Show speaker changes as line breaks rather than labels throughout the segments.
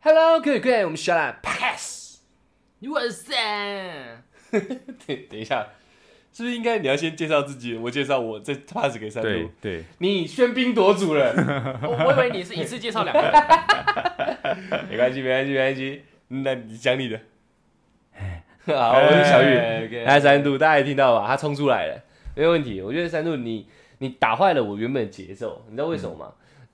Hello，各位各位，我们学了 pass。
哇塞！
等等一下，是不是应该你要先介绍自己？我介绍我，再 pass 给三
对
度。
对，
你喧宾夺主了，
我 我以为你是一次介绍两个 人，
没关系，没关系，没关系。那你讲 你的。 好，我是哎小
哎
雨，
，OK
哎，三度，大家也听到吧？他冲出来了，没问题。我觉得三度，你你打坏了我原本的节奏，你知道为什么吗？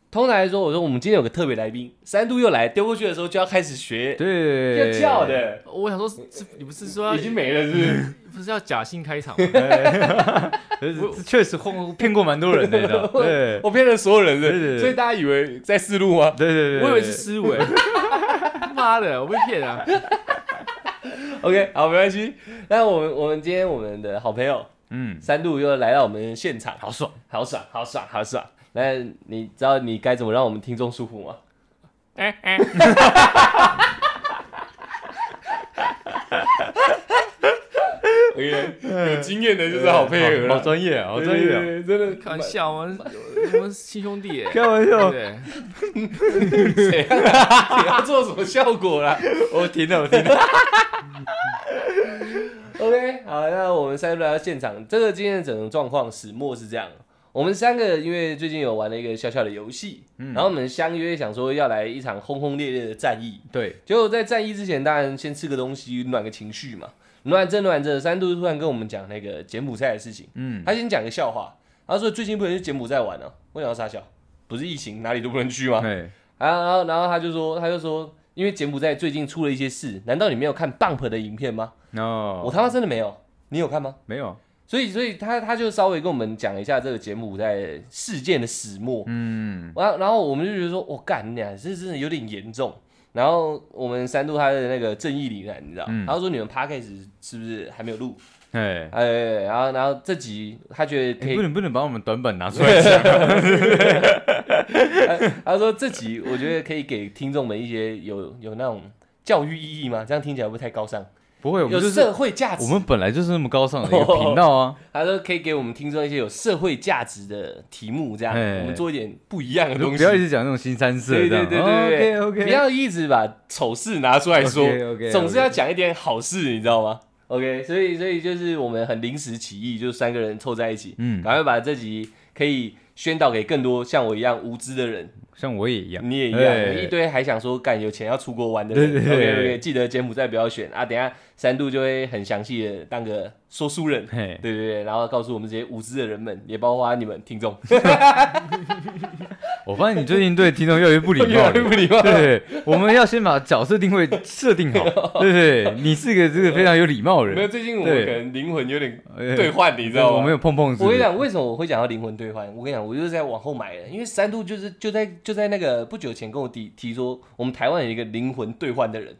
通常来说，我说我们今天有个特别来宾，三度又来，丢过去的时候就要开始学
对
要叫，的，
我 想说，是是你不是说
已
要
经没了，是不是？
不是要假性开场吗？
呃这确实哄骗过蛮多人的，你 知道？对
我骗了所有人
对对
了，
对
所以大家以为在试录吗？
对对对，
我以为是思维。 妈的，我被骗 了。
OK，好，没关系。那我们我们今天我们的好朋友
嗯，
三度又来到我们现场，好
好爽，
好爽，好爽，好爽。那你知道你该怎么让我们听众舒服吗？
哎哎，
哎 有经验的
好好专业啊，好专业
对，
啊，
对哎 真的
开玩，笑，我们我们亲兄 弟哎，
开玩
对
笑
不，对？
谁要你要做什么效果啦
我停了，我停了，
？OK，好，那我们三度来到现场，这个今天的整个状况始末是这样。我们三个因为最近有玩了一个小小的游戏，然后我们相约想说要来一场轰轰烈烈的战役。
对，
结果在战役之前，当然先吃个东西，暖个情绪嘛。暖着暖着，三度突然跟我们讲那个柬埔寨的事情。
嗯，
他先讲个笑话，他说最近不能去柬埔寨玩了、啊，为什么要傻笑？不是疫情，哪里都不能去吗？
哎，
然后然后然后他就说，他就说，因为柬埔寨最近出了一些事，难道你没有看 Bump 的影片吗？我
哦，
他妈真的没有，你有看吗？
没有，
所以所以他他就稍微跟我们讲一下这个柬埔寨事件的始末。
嗯，
然后然后我们就觉得说，我、干你俩这真的有点严重。然后我们三度他的那个正义凛然，你知道，
嗯
他说你们 podcast 是不是还没有录？
哎，
哎，然后然后这集他觉得可
哎
以
不，能不能把我们短板拿出来 讲，
他说这集我觉得可以给听众们一些有有那种教育意义吗？这样听起来会不会太高尚？
不会，我
有
们就是
社会价值
我。们本来就是那么高尚的一个频道 啊，
他说可以给我们听众一些有社会价值的题目，这样
哎
我们做一点不一样的东
不
西。
要一直讲那种新三色
对
这
对
样哦
对对对
，OK OK，
不要一直把丑事拿出来说
OK，OK，OK
总是要讲一点好事，你知道吗？OK，所以所以就是我们很临时起意，就三个人凑在一起，
嗯，
赶快把这集可以宣导给更多像我一样无知的人，
像我也一样，
你也一
哎
样，一堆还想说干有钱要出国玩的人。
对对对
OK OK，记得柬埔寨不要选啊，等一下三度就会很详细的当个说书人。
嘿，
对对对，然后告诉我们这些无知的人们，也包括你们听众，
我发现你最近对听众越来越不礼
越
貌
来
了
越。不礼貌。
对，我们要先把角色定位设定好，对对？你是个这个非常有礼貌的
没有，
人，
最近我们
对
可能灵魂有点
哎
兑，换，你知道吗？
我们有碰碰是
我跟
不
你
是，
讲，为什么我会讲到灵魂兑换？我跟你讲，我就是在往后买的，因为三度就是就在就在那个不久前跟我提提说，我们台湾有一个灵魂兑换的人，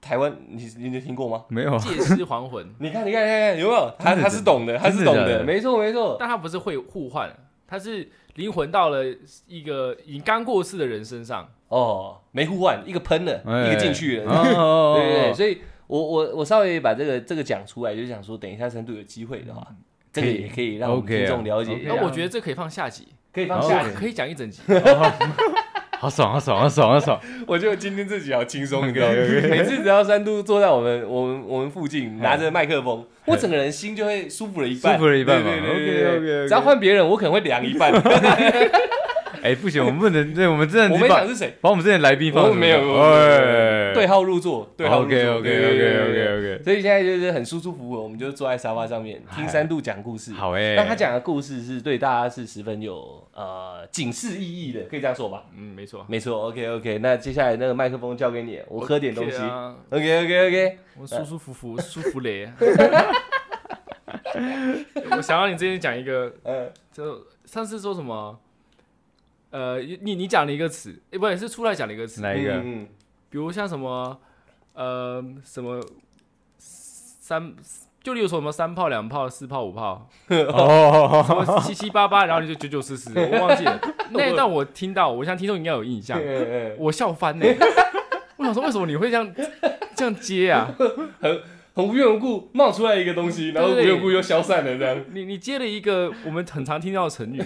台湾你你有听过吗？
没有，
借尸还魂，
你看你看你看你看有没有？他
真的
他是懂的，他是懂
真的假
的，
的
没错没错。
但他不是会互换，他是灵魂到了一个已经刚过世的人身上。
哦，没互换，一个喷了，
哎
一个进去
哦
了，
哦哦
对对对，
哦
所以我我我稍微把这个这个讲出来，就是想说，等一下深度有机会的话，这个
嗯可以
也可以让我们
OK 啊
听众了解一
对
下。
那
OK 啊
我觉得这可以放下集，
可以放
好
下
对
集，
可以讲 一整集。
好爽，好爽，好爽，好爽，
我觉得今天自己好轻松，你知道吗？每次只要三度坐在我们我们我们附近，拿着麦克风，我整个人心就会舒服了一半，
哎舒服了一半嘛
对对对对对
OK，OK，OK
只要换别人，我可能会凉 一半。
哎，不行，我们不能，对，我们真
我
的
没
只把
讲是谁，
把我们之前来宾放
我没有我没有对
对
号入座，对号入座。
，OK OK
对对对
OK
对对
OK OK，
所以现在就是很舒舒服服，我们就坐在沙发上面听三度讲故事。
好哎，
那他讲的故事是对大家是十分有呃警示意义的，可以这样说吧？
嗯，没错。
没错，OK OK。那接下来那个麦克风交给你，我喝点东西。哎
对啊，
OK OK OK。
我舒舒服服，舒 服嘞。我想到你之前讲一个，
呃，
就上次说什么？呃，你你讲了一个词，诶，不也是出来讲了一个词，
哪一个？
嗯嗯
比如像什么，呃，什么三，就例如说什么三炮、两炮、四炮、五炮，
哦，
什么七七八八，然后你就九九四四，我忘记了。那一段我听到，我相信听众应该有印象，
嗯嗯
我笑翻呢、 我想说，为什么你会这样这样接啊？
很无缘无故冒出来一个东西，然后无
对
缘无故又消散了，这样。
你你接了一个我们很常听到的成语，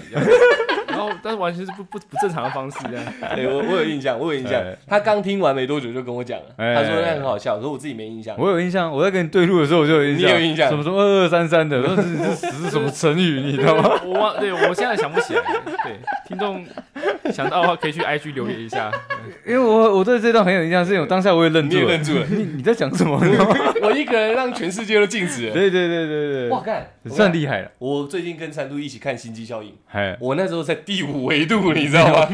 然后后但是完全是不不不正常的方式这样。
对哎我我有印象，我有印象
哎。
他刚听完没多久就跟我讲了，
哎
他说那很好笑，可是我自己没印象。
我有印象，我在跟你对路的时候我就有印象，
你有印象
什么什么二二三三的，那是这是什么成语，你知道吗？
我忘，对我现在想不起来。对，听众想到的话可以去 IG 留言一下。
因为我我对这段很有印象，是因为我当下我也愣
你
住
也
了
愣，住了，
你你在讲什么？你知道吗
我一个人让全世界都静止了。
对对对对
哇，
对，
干，
算
害！
厉害了，
我最近跟三度一起看《心机效应》，
哎，
我那时候在第五维度，你知道吗？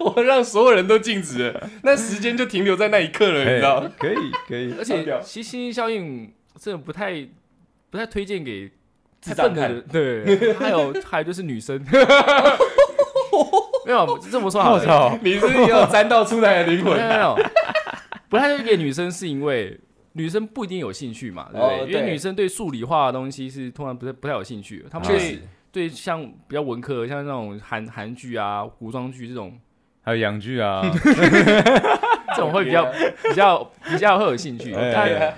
我让所有人都静止了，那时间就停留在那一刻了，你知道吗？
可以可以，
而
上吊
且其实心理效应真的不太不太推荐给
智
太
障
笨的人。 对，还有还有就是女 生。没有，这么说好
我
了。
操，
你是要沾到出来的灵
没有没
魂，
有 没有，不太推荐给女生是因为。女生不一定有兴趣嘛，对不对？
哦
因为
对
女生对数理化的东西是通常不太不太有兴趣的，她们
确
对
实
对像比较文科，像那种韩韩剧啊、古装剧这种，
还有洋剧 啊，
这种会比较
啊
比较比较会有兴 趣。
哎
但
对啊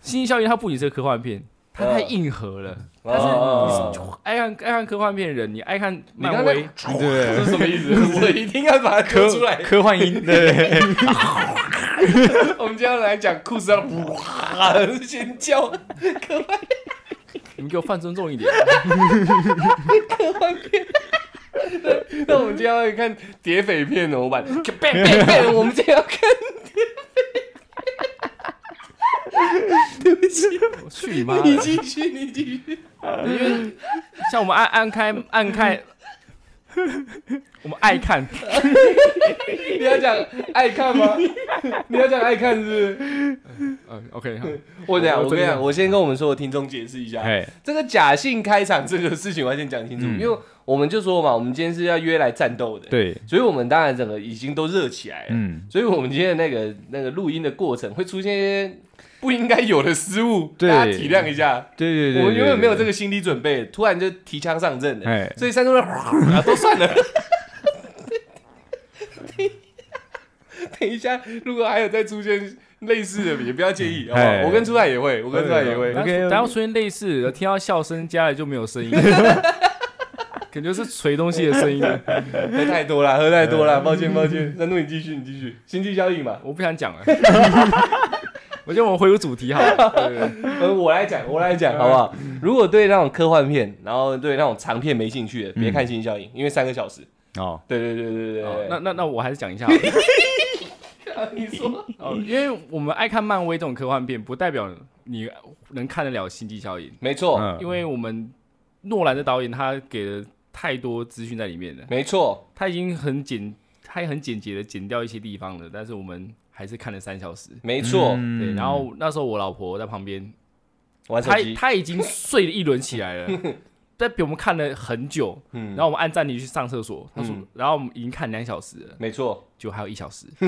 新效应它不仅是科幻片，它
嗯
太硬核了。但是
哦
你是爱看爱看科幻片的人，你爱看
你刚才
漫威，
对
这，是什么意思？我一定要把它
科
抠 出来。
科 幻音，对，
我们今天来讲故事啊要哇尖叫，
你给我放尊重 一点。
那我们今天要看谍匪片怎么办？ 变变变！我们今天要看
我去你妈的！
你继续，你继续。
像我们按按开按 开，我们爱看，
你要讲爱看吗？ 你要讲爱看是不是？
嗯，OK，好
我讲，我
我
跟
跟
你
你
讲，
讲
我先跟我们所有听众解释一下，
哎，
这个假性开场这个事情，我要先讲清楚，
嗯
因为我们就说嘛，我们今天是要约来战斗的，，
对，
所以我们当然整个已经都热起来了，
嗯，
所以我们今天的那个那个录音的过程会出现一些不应该有的失误，
对
大家体谅一下。
对对对，
我们原本没有这
个，
个心理准备，突然就提枪上阵了，
哎，
所以三中人啊都算了。 等一下，如果还有再出现类似的，也不要介意，好不好
哎？
我跟出来也会，我跟出来也会
哎。OK，OK
然后出现类似的，听到笑声，家里就没有声音， 感觉是捶东西的声音。
喝太多了，喝太多了，抱歉抱歉。那那你继续，你继续，星际效应嘛。
我不想讲了， 我觉得我们回入主题好了。对对对
呃，我来讲，我来讲，好不好？如果对那种科幻片，然后对那种长片没兴趣的，别看《星际效应》，因为三个小时。
哦，
对对对对对
哦
对。
那那那我还是讲一下好了。
那你说，
哦，因为我们爱看漫威这种科幻片，不代表你能看得了《星际效应》，
没错，
嗯
因为我们诺兰的导演他给了太多资讯在里面了，
没错，
他已经很简，他也很简洁的剪掉一些地方了，但是我们还是看了三小时。
没错。
嗯
对，然后那时候我老婆在旁边，
玩手
她
机，
她已经睡了一轮起来了，但比我们看了很久。
嗯
然后我们按暂停去上厕所，她说，
嗯
然后我们已经看两小时了。
没错，
就还有一小时。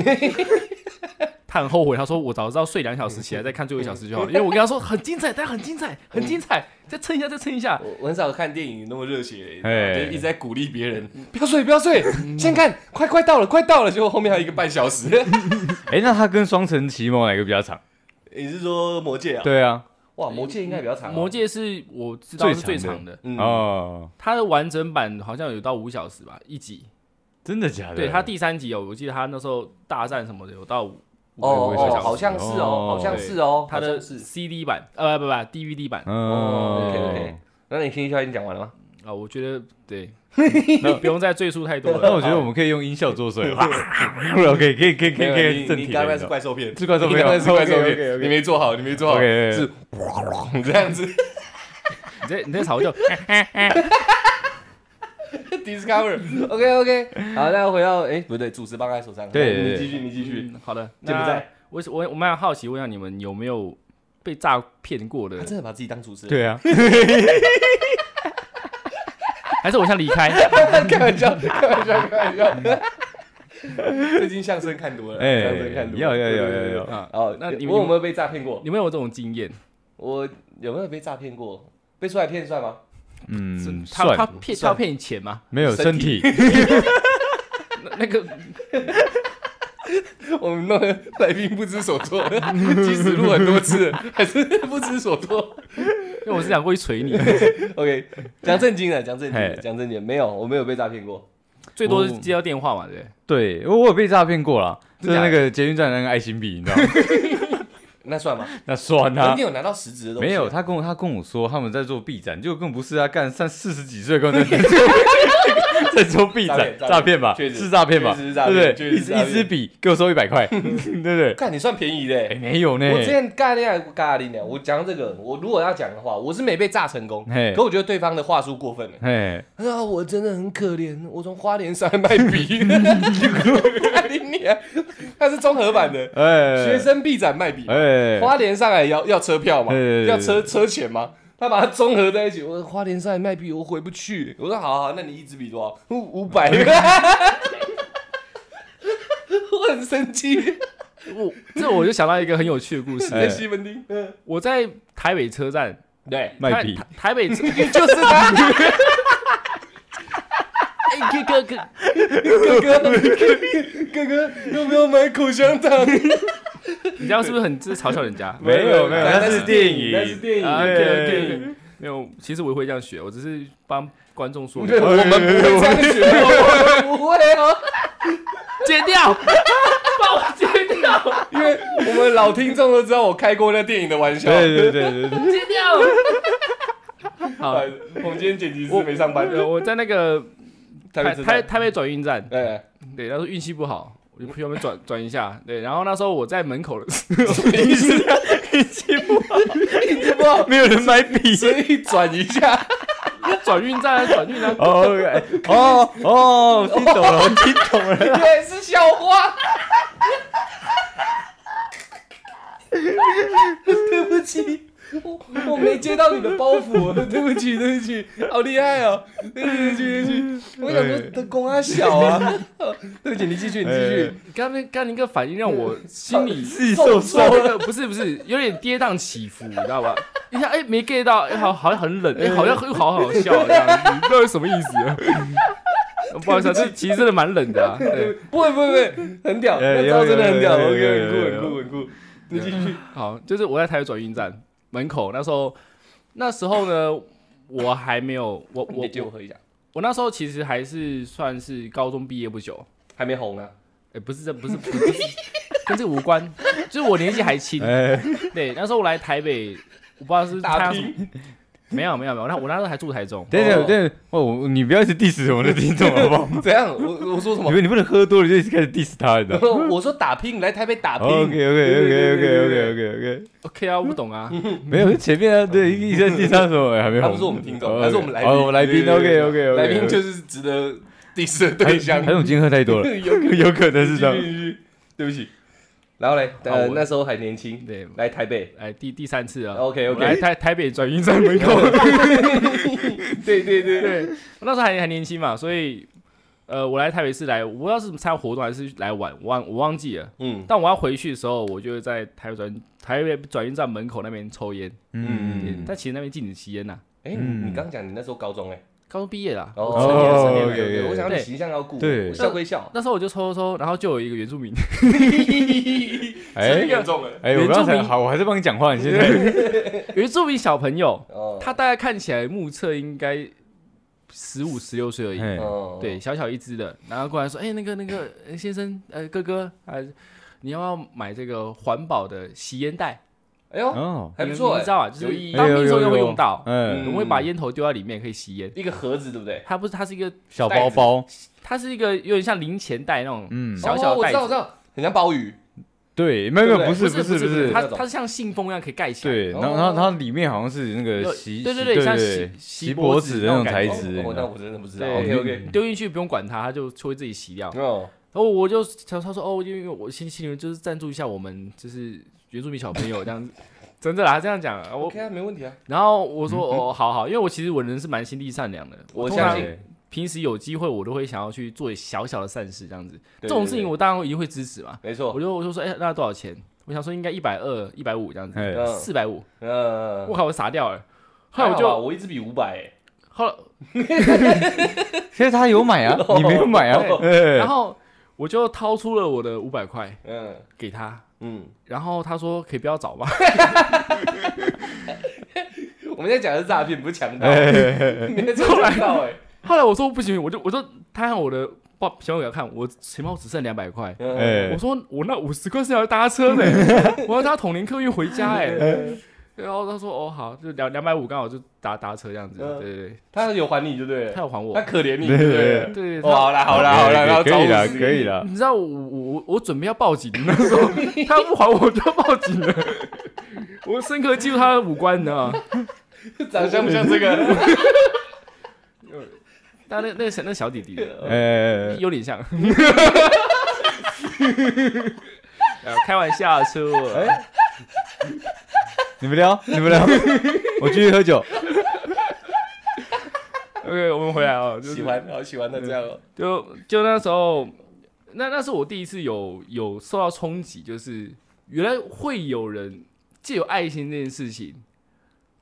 他很后悔，他说：“我早知道睡两小时，起来再看最后一小时就好了。”因为我跟他说很精彩，但很精彩，很精彩，再撑一下，再撑一下。
我我很少看电影那么热血，你知道吗
哎
就是一直在鼓励别人，不要睡，不要睡，先看，快快到了，快到了，结果后面还有一个半小时。
哎，那他跟双城奇谋哪个比较长？
你是说《魔戒》啊？
对啊，
哇，《魔戒》应该比较长哦。
魔戒是我知道是最长的，
嗯，
哦，
它的完整版好像有到五小时吧，一集。
真的假的？
对，它第三集有，哦我记得它那时候大战什么的有到五
哦
五个小
哦，
时
好像是哦，
哦
好像是哦，
它
好
的
像是。
CD 版，呃，不不不，DVD 版啊、
哦，OK，OK
哦，
那你听一下，你讲完了吗？
哦我觉得对，不用再赘述太多
那
了。
我觉得我们可以用音效 作祟，哇 ，OK，可以可以可以可以
你
正
你
题
刚
了，
才是
你知道
怪兽片，
是怪兽
你
片
刚
哦，
才是怪兽
OK，OK，OK
片，你没做好，你没做好，
OK，OK
是这样子。
你在你在吵就
Discover OK OK，好，那回到哎不对，主持棒在手上，
对
那你
对
继续你继续，
嗯好的，
柬埔寨
那我我我蛮好奇，问一下你们有没有被诈骗过的
他？啊真的把自己当主持人，
对啊，
还是我先离开？
开玩笑，开玩笑，开玩笑。 最近相声看多了，
哎
相声看多了，
要要要
对对对
要
对
要
哦，那
那
你
你
我有没有被诈骗过？
你们有这种经验？
我有没有被诈骗过？被出来骗算吗？
嗯，
他他
算
骗
算
他骗你钱吗？
没有
身
身体，
那那个
我们弄得 来宾不知所措，即使录很多次，还是不知所措。
因为我是想过去捶你，
OK，讲正经的，讲正经的，
嘿
讲正经的，没有，我没有被诈骗过。
最多
哦
是接到电话嘛，对不对？
对，我我有被诈骗过啦，就是
真假的
那个捷运站的那个爱心笔，你知道 吗？
那算吗？
那算
肯
啊
定。有拿到实质的东西。
没有，，他跟我他跟我说他们在做 B 展，就根本不是啊，干三四十几岁根本在 在做 B
诈
展
骗诈
诈骗吧，
确实
是诈骗吧，
确实是
对不
诈骗
对？
确实
一
是
支
诈
一
骗
支笔给我收一百 块，对不对？
看你算便宜嘞
哎，。没有呢，
我之前干恋爱咖喱呢，我讲这个，我如果要讲的话，我是没被诈成功，
嘿
可我觉得对方的话术过分了。
哎，
他说啊，我真的很可怜，我从花莲山卖笔，干你娘！他是综合版的，
哎，
学生必展卖笔，
哎，
花莲上来要要车票嘛
哎哎哎，
要车车钱嘛。他把它综合在一起，我说花莲上来卖笔，我回不去。我说好好，好那你一支笔多少？五五百。我很生气，
我这我就想到一个很有趣的故事，
哎
在西门町，嗯
我在台北车站，
对，
卖笔
台，台台北车
就是他。
哎哥哥哥，
哥哥，哥哥，要不要买口香糖？
你这样是不是很这是嘲笑人家？
没有没有
那
那是电影哎
那是电
啊，
影。
对对
对
对，没有，其实我也会这样学，我只是帮观众说，
我们不会这样学，我们不会哦，
剪掉， 帮我剪掉，
因为我们老听众都知道我开过那电影的玩笑。
对对对对 对，
剪掉。
不
哎
好
好，意思我们今天剪辑师没上班，
呃我在那个
台
台
北车站
台台北转运站，
哎，
对，那时候运气不好，我就去外面转转一下。对，然后那时候我在门口的时
什么意思？运气不好，
没有人买笔
运气不好，所以转一下。
候，转运站啊， 转运站，
哦哎哦哦，听懂了，我听懂了。
原来是校花。 对不起，我我没接到你的包袱， 对不起，对不起，好厉害哦，对不起，对不起，我想说的公阿小啊， 对不起，你继续，你继续，哦
刚那刚那个反应让我心 里
自
哎
己受
受那个不是不是有点跌宕起伏，你知道吧？一下哎没 get 到，哎好好像很冷，哎好像又好好笑 这样子，不知道是什么意思啊。 不好意思啊， 这其实真的蛮冷的啊。对，
不会不会不会，很屌，
哎
那招真的很屌
有有有有
，OK，很
有有
酷很酷很酷，你继续，
好，就是我在台北转运站门口那时候，那时候呢我还没有我我
你借我喝一下，
我那时候其实还是算是高中毕业不久，
还没红啊，
哎、不是这不是不是跟这个无关，就是我年纪还轻。
哎，
对，那时候我来台北，我不知道是太
打
阳什么，
拼，
没有没有没有，那我那时候还住台中。
等
哦
等等，哦，我你不要一直 diss 我们的听众好不好？
怎样？我我说什
你
么？
们你不能喝多了就一直开始 diss 他，你知道吗
我说打拼，来台北打拼
？OK OK OK OK OK OK OK，
OK 啊，我不懂啊，
没有前面啊，对，一直在 diss 他什么哎还没
他
红，
不是我们听众
哦
他是我们来宾
哦我们来宾
对对对
，OK OK OK，
来宾就是值得 diss 的对象。
还是我们今天喝太多了，
有
有可能是这
必
样。
须对不起。然后嘞，
好
呃，
我
那时候还年轻，
对，
来台北。
哎，第第三次啊
OK，OK
我来台台北转运站门口，
对对对对，
对，我那时候还还年轻嘛，所以呃，我来台北是来，我不知道是参加活动还是来玩，我忘我忘记了。
嗯，
但我要回去的时候，我就在台北转台北转运站门口那边抽烟，
嗯
嗯，
但其实那边禁止吸烟呐、
哎，
嗯
你刚讲你那时候高中哎，
高中毕业啦，
哦
我成年了成
哦
年了
，OK，OK
对我想你
对
形象要顾，
对
我笑归笑，
那时候我就抽抽抽，然后就有一个原住民，
真
哎
严重了。
哎，我刚才好，我还在帮你讲话，你现在
原住民小朋友，
哦，
他大概看起来目测应该十五十六岁而已，
哎
哦
对，，小小一只的，然后过来说，哎、那个那个呃先生，呃哥哥，呃，你要不要买这个环保的吸烟袋？
哎呦，
哦，
还不错
你
哎，
你知道啊，就是
有意义哎
当兵的时候就会用到，我
嗯，
们会把烟头丢在里面可以吸烟。
一个盒子对不对？
它不是，它是一个，
小包包，
它是一个有点像零钱袋那种
嗯
小
哦
小的
我
袋
知道我知
子，
道，很像鲍鱼，
对，没有没有，
对不
不
对
是
不
不是
不
不是，
它
那种
它是像信封一样可以盖起来，
对，然后
哦
然后它里面好像是那
有
个洗
对对
洗
对
对
像
对
洗洗
洗
脖
脖
子
子
那
的那种
种感
材
觉
哦
质，
哦
你知
那
道
我真的不知道。
对
OK OK，
丢进去不用管它，它就就会自己吸掉。
嗯
哦，
然后我就他他说哦，因为我心心里面就是赞助一下我们就是原住民小朋友这样子，真的啦，他这样讲啊我。
OK 啊，没问题啊，
然后我说哦，好好，因为我其实我人是蛮心地善良的，
我
通
相
常
信
对
平时有机会我都会想要去做小小的善事这样子，
对
这种
对
事情
对
我当然一定会支持嘛。
没错
我。就我就说哎，那多少钱？我想说应该一百二、一百五这样子，
哎
嗯
四百五，
嗯，
我靠，我傻掉了。
还
后
好
来我
吧
就
我一支笔五百，，
后来
其实他有买啊你没有买啊
哦，
哎
然，后我就掏出了我的五百块
嗯
给他，
嗯，
然后他说可以不要找吗？
我们现在讲的是诈骗，不是强盗。
哎，
你在做强盗哎，
后来我说不行，我就我就他让我的报小给他看，我钱包只剩两百块。
嗯
哎
我说我那五十块是要搭车的欸、我要搭统联客运回家哎、
嗯
然后他说哦好，就两两百五刚好就搭搭车这样子，
嗯
对对对，
他有还你就对
他
了，
要还我
他，可怜你
对
对不对
对？对，
哦，好啦好啦好啦，然后
哎可以
了
了，可以了。
你知道我我我我准备要报警的时候，他不还我我就报警了。我深刻记住他的五官，你知道吗？
长相不像这个，
但那那小那小弟弟
哎，
有 点像，呃开玩笑，师傅。
你们聊，你们聊，我继续喝酒。
OK，我们回来 哦，就是
喜欢好喜欢他这样哦，
就就那时候，那那是我第一次有有受到冲击，就是原来会有人借由爱心这件事情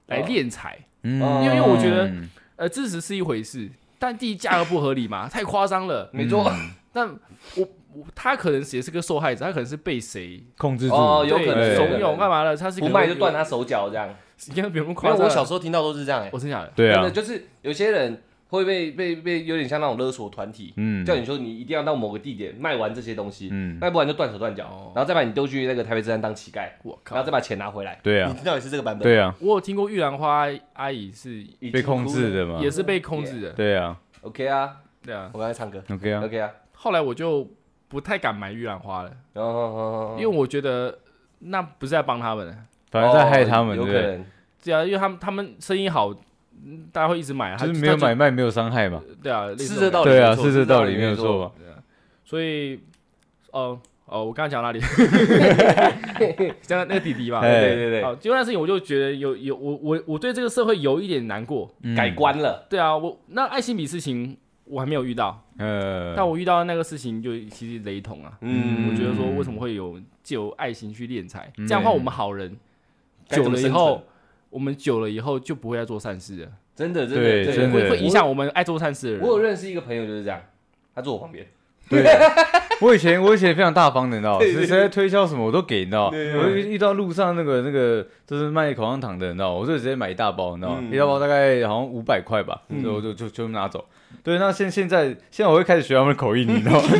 来
哦
敛财。
嗯
因为我
哦觉得呃，支持是一回事，但第一价格不合理 嘛，太夸张了。
没错。
但我我他可能也是个受害者，他可能是被谁
控制住，
哦有可能
对
有
怂
可能
恿干嘛了？他是
不卖就断他
他，
手脚这样。
应该不用
因
夸
为
张。
我小时候听到都是这样哎，
哦我真假的，
对
真
啊
的，就是有些人会被被被有点像那种勒索团体，
嗯
叫你说你一定要到某个地点卖完这些东西，
嗯，
卖不完就断手断脚
哦，
然后再把你丢去那个台北车站当乞丐，
我靠
然后！再把钱拿回来。
对
你
啊，
听到也是这个版本，
对啊，
我有听过玉兰花阿姨是
已经
被控制
哭了。
的嘛
也，是被控制的，
对啊
OK 啊，
对啊。
我刚才唱歌
，OK 啊，
，OK 啊，哦
后来我就不太敢买玉兰花了。
然后
因为我觉得那不是在帮他们，啊
反正在害他们，
哦有
对
可
不对，
能
对啊，因为他们他们生意好，嗯大家会一直买，他
就是没有，买卖，没有伤害嘛，
他就对啊，类似
是
这
这
种
道理，
对啊，
没错
是这道理，没有错。嘛，
所以，哦哦，我刚刚讲到哪里？ 讲到那个弟弟吧。
哎
对对对
好，就那事情我就觉得有有我我我对这个社会有一点难过。
对，
嗯
改，观了，
对啊，我那爱心笔事情我还没有遇到，
呃，
但我遇到的那个事情就其实雷同啊。
嗯，
我觉得说
嗯
为什么会有借由爱心去敛财？
嗯
这样的话，我们好人
该怎
久
么
了以
生
后，我们久了以后就不会再做善事了，
真的真
对
的
真的
会会影响我们爱做善事的
我有
人。
认识一个朋友就是这样，他坐我旁边，
对，我以前我以前非常大方的，你知道吗，谁谁在推销什么我都给，你知道吗，
对
我遇遇到路上那个那个就是卖口香糖的，你知道吗，我就直接买一大包，你知道吗，
嗯
一大包大概好像五百块吧，所以我就就就拿走。对，那现现在现在我会开始学他们的口音，你知道吗，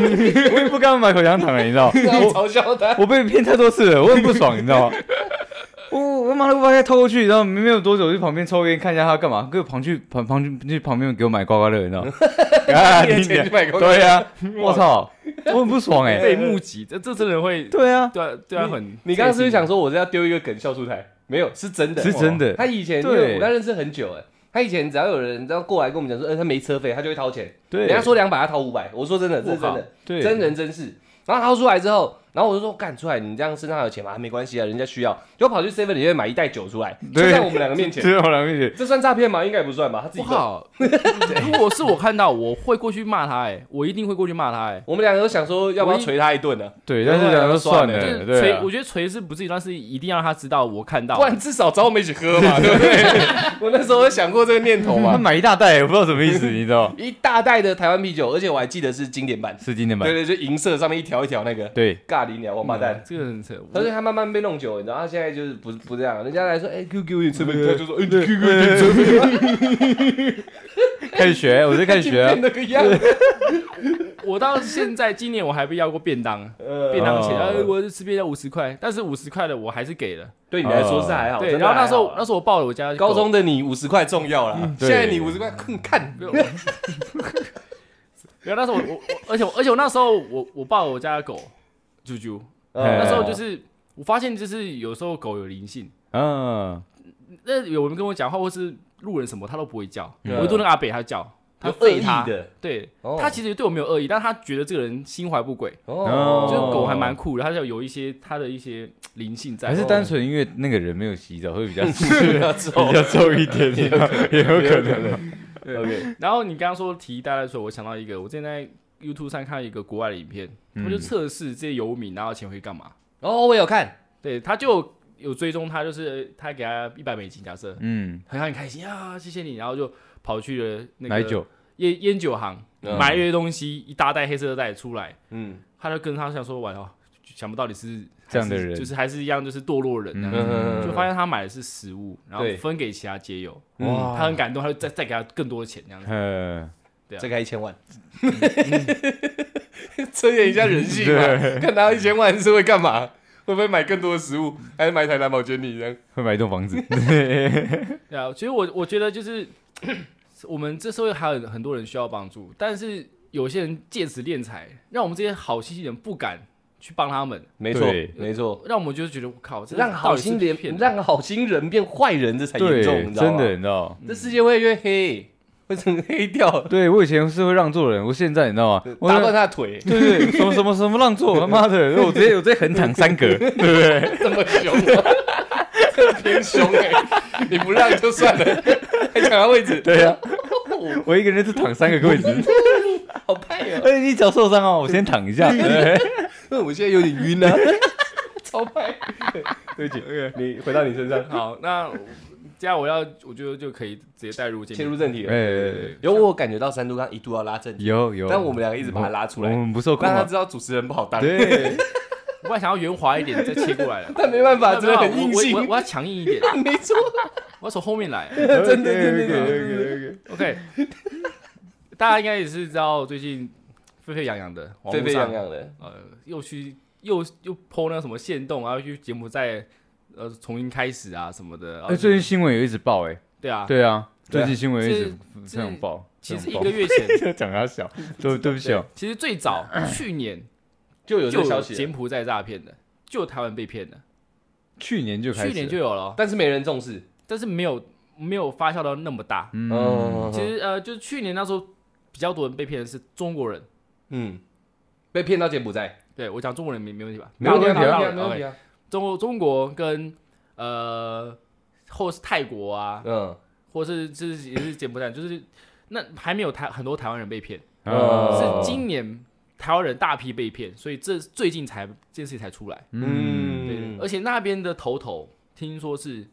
我也不跟他们买口香糖了， 你知道吗，
然
我
后嘲笑他，
我被骗太多次了，我很不爽，你知道吗？ 我我妈的，我把它偷过去，然后没有多久，我去旁边抽烟看一下他干嘛，跟旁去旁旁去去旁边给我买刮刮乐，你知 道吗？啊，
一
你
人钱
娘
就买过
对呀、我操，我很不爽 哎、
被目击，这这真的会
对啊，
对啊对啊很。
你刚刚是不是想说我是要丢一个梗笑出台？没有，是真的，
是真的
哦他以前因
对
为我跟他认识很久，哎，他以前只要有人这样过来跟我们讲说，呃，他没车费，他就会掏钱。
对，
人家说两百，他掏五百。我说真的，这
我
是真
靠
的，
对，
真人真事。然后掏出来之后，然后我就说干出来，你这样身上还有钱吗？啊没关系啊，人家需要，就跑去 seven 里面买一袋酒出来，就
对
在我们两个面前，
只有两面前，
这算诈骗吗？应该也不算吧，他自己
我
赚。
靠！ 如果是我看到，我会过去骂他，哎，我一定会过去骂他，哎。
我们两个都想说要不要捶他一顿呢、
对，但是两个算
对
就是
了，对、
锤，
啊
我，觉得锤是不是一段是一定要让他知道我看到
不，然至少找我们一起喝 嘛，对不对？我那时候有想过这个念头
他
嘛，
买一大袋，我不知道什么意思，你知道吗？
一大袋的台湾啤酒，而且我还记得是经典版，
是今天买，
对对，就银色上面一条一条那个
对，
咖喱鸟王八
嗯
蛋。
这个很扯。
而且他慢慢被弄久，你知道，他现在就是不不这样，人家来说，哎、q q 你吃不？他就说，哎、q q 你吃
开始学，我就开始学、啊
变，那个样子，
我我到现在今年我还被要过便当，
呃
便当钱，
哦
呃，我就吃便当五十块，但是五十块的我还是给了。
对你来说是还好，嗯
对，
哦真的
然后那
还
时
好
候那时候我报了我家的
高
狗
中的你五十块重要啦，现
对
在你五十块，哼看，
然后那时候我我我，而且我而且我那时候我我抱了我家的狗啾啾，
呃
那时候
哎
就是我发现就是有时候狗有灵性，
嗯，
那有人跟我讲话或是路人什么他都不会叫，
嗯
唯独那个阿北他叫，他
有恶
吠
意
他，
的，
对
哦
他其实对我没有恶意，但他觉得这个人心怀不轨，
哦，
就是
哦
狗还蛮酷的，他就有一些他的一些灵性在，
还是单纯因为那个人没有洗澡，会比较
比较
比
臭
较臭一点，哦 也有可能啊。
，OK，
然后你刚刚说提大家的时候，我想到一个，我之前在 YouTube 上看到一个国外的影片，他们就
嗯
测试这些游民拿到钱会干嘛。
哦，我有看，
对，他就有追踪他，就是他给他一百美金，假设
嗯，
很很开心啊，谢谢你，然后就跑去了那个
奶 酒，
烟烟酒行、
嗯
买了一堆东西，一大袋黑色的袋出来，
嗯，
他就跟他想说完哦，想不到你是
这样的
还是
人
就是还是一样，就是堕落人啊。
嗯
就发现他买的是食物，然后
对
分给其他街友，
嗯
哇，他很感动，他就再再给他更多的钱这样子。
呃，
再开一千万， 测验一下人性嘛，看拿到一千万是会干嘛？会不会买更多的食物，还是买一台蓝宝坚尼这样？
会买一 栋房子，
对啊，其实我我觉得就是 我们这社会还有很多人需要帮助，但是有些人借此敛财，让我们这些好心人不敢去帮他们，
没
错对
没错，
让我们就是觉得我靠，这
让好心
心
人
骗
让好心人变坏人，这才严
对，
重，你知道
真
吗？
的，你知道？
这世界会越黑，会成黑掉，
对我以前是会让座的人，我现在你知道吗？我，
打断他的腿
对 对，什么什么什么让座，他妈的，我直接我直接横躺三 格，对不对？
这么凶啊，这偏凶哎！你不让就算了，还抢他位置，
对啊，我一个人是躺三个位置，
好派哦！
而且你脚受伤哦，我先躺 一下，哎对
那我现在有点晕啊，超派。 对不起，你回到你身上，
好，那我这样我要我觉得就可以直接带入
切
进
入正题了。
哎，
有我感觉到三度刚一度要拉正题，
有有，
但我们两个一直把他拉出来
我，们不受控
让他
啊，
知道主持人不好当。，
对，
我本来想要圆滑一点再切过来了
但没办法，真的很硬
我我
性
我。我要强硬一点，
没错，
我要从后面来。
真的真
哎
的真的。
的，
OK，大家应该也是知道最近沸沸扬扬的，网
沸
络
沸
上
扬扬的，
呃，又去又又剖那个什么线动，然后去柬埔寨呃重新开始啊什么的。然后
哎，最近新闻有一直报，哎，
对啊，
对啊，
对啊
最近新闻一直
这
这样报，
其实
这
一
样
个
报
月 前，
讲他小，对对不起哦，
其实最早去年
就有这
就
个消
有
息了，
柬埔寨诈骗的，就有台湾被骗的，
去年就开始，
去年就有了，
但是没人重视。
但是没有没有发酵到那么大。
嗯，
其实呃，就是去年那时候比较多人被骗的是中国人。
嗯，被骗到柬埔寨，
对我讲中国人没没问题吧？
没问题啊，
大
没
陆
问
大
题
陆
啊，
人
没问题
OK
啊。
中国中国跟呃，或是泰国啊，
嗯，
或是就是也是柬埔寨，就是那还没有台很多台湾人被骗，
哦
是今年台湾人大批被骗，所以这最近才这件事情才出来。对，
嗯，
而且那边的头头听说是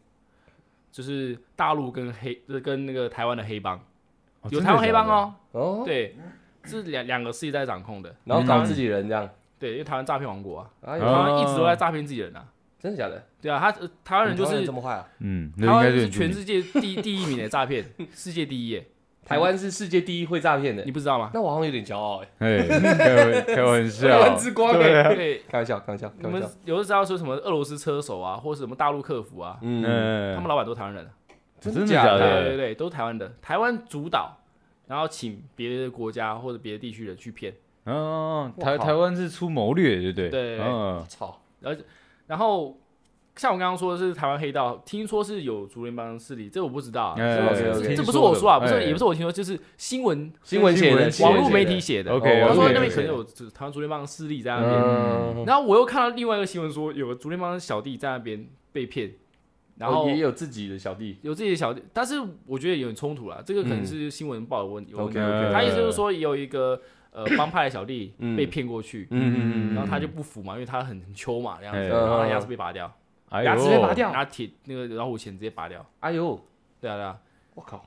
就是大陆跟黑就是跟那个台湾的黑帮，
哦
有台湾黑帮，哦，
哦，
对，是两两个势力在掌控的，
然后搞自己人这样，
对，因为台湾诈骗王国啊，
哎
台
呦，
湾一直都在诈骗自己人啊，
真的假的？
对啊，他呃台湾人就
台湾
是
这。么坏啊！
真的假的嗯，那
台
应
湾
该
人
就是很出名
全世界第第一名的诈骗，世界第一耶，
台湾是世界第一会诈骗的
你，不知道吗？
那我好像有点骄傲哎，
哎，开 玩开玩
台湾
笑，
之光
对
哎，
啊
对，
开玩笑，开玩笑，开
你
玩
们
笑。
有的知道说什么俄罗斯车手啊，或者什么大陆客服啊，
嗯，
嗯
他们老板都是台湾人啊，
真
真
的
假
假
的
对对
的？
对，都是台湾的，台湾主导，然后请别的国家或者别的地区人去骗，
哦，
我
台
靠
台湾是出谋略，对不对？
对
嗯，
操，
然后像我刚刚说的是台湾黑道，听说是有竹联帮势力，这我不知道啊，
哎
这我不
哎哎
知这不是我说啊，不是
哎
也不是我听说，就是新闻
新闻写的，
新
网
闻
络
写
媒体写的，
OK，
他说
OK，
那边
OK
可能有台湾竹联帮势力在那边，
嗯，
然后我又看到另外一个新闻说，有个竹联帮的小弟在那边被骗，然后
哦也有自己的小弟，
有自己的小弟，但是我觉得有点冲突啦。这个可能
嗯
是新闻报的问题。有问题
OK，OK 哎
他意思就是说有一个 呃帮派的小弟
嗯
被骗过去，
嗯嗯
然后他就不服嘛，因为他很很秋嘛这样子，
哎
然后他牙齿被拔掉，
哎
牙齿被拔
呦，
掉，
拿铁那个老虎钳直接拔掉。
哎呦，
对啊对啊，
我靠，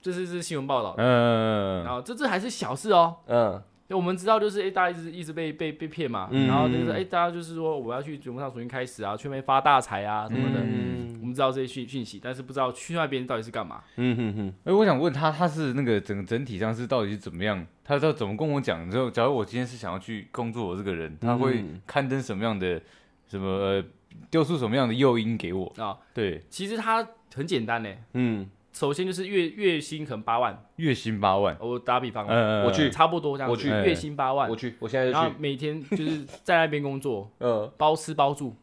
这是这是新闻报道。
嗯
然，后这这还是小事哦。
嗯
对我们知道就是哎、大家一直一直被被被骗嘛，
嗯
然后就是哎、大家就是说我要去节目上重新开始啊，去那边发大财啊什么的。我
嗯
们知道这些讯讯息，但是不知道去那边到底是干嘛。
嗯嗯嗯，
哎，我想问他，他是那个整个整体上是到底是怎么样？他要怎么跟我讲？之后，假如我今天是想要去工作，我这个人，他会
嗯
刊登什么样的什么呃丢出什么样的诱因给我？
啊，
对，
其实它很简单呢。
嗯，
首先就是月月薪可能八万，
月薪八万，
我打比方，啊
嗯，哎
我去
差不多这样
我
子，
去
月薪八万
我，去，我现在
然
就
后
去，
每天就是在那边工作，
嗯
包吃包住。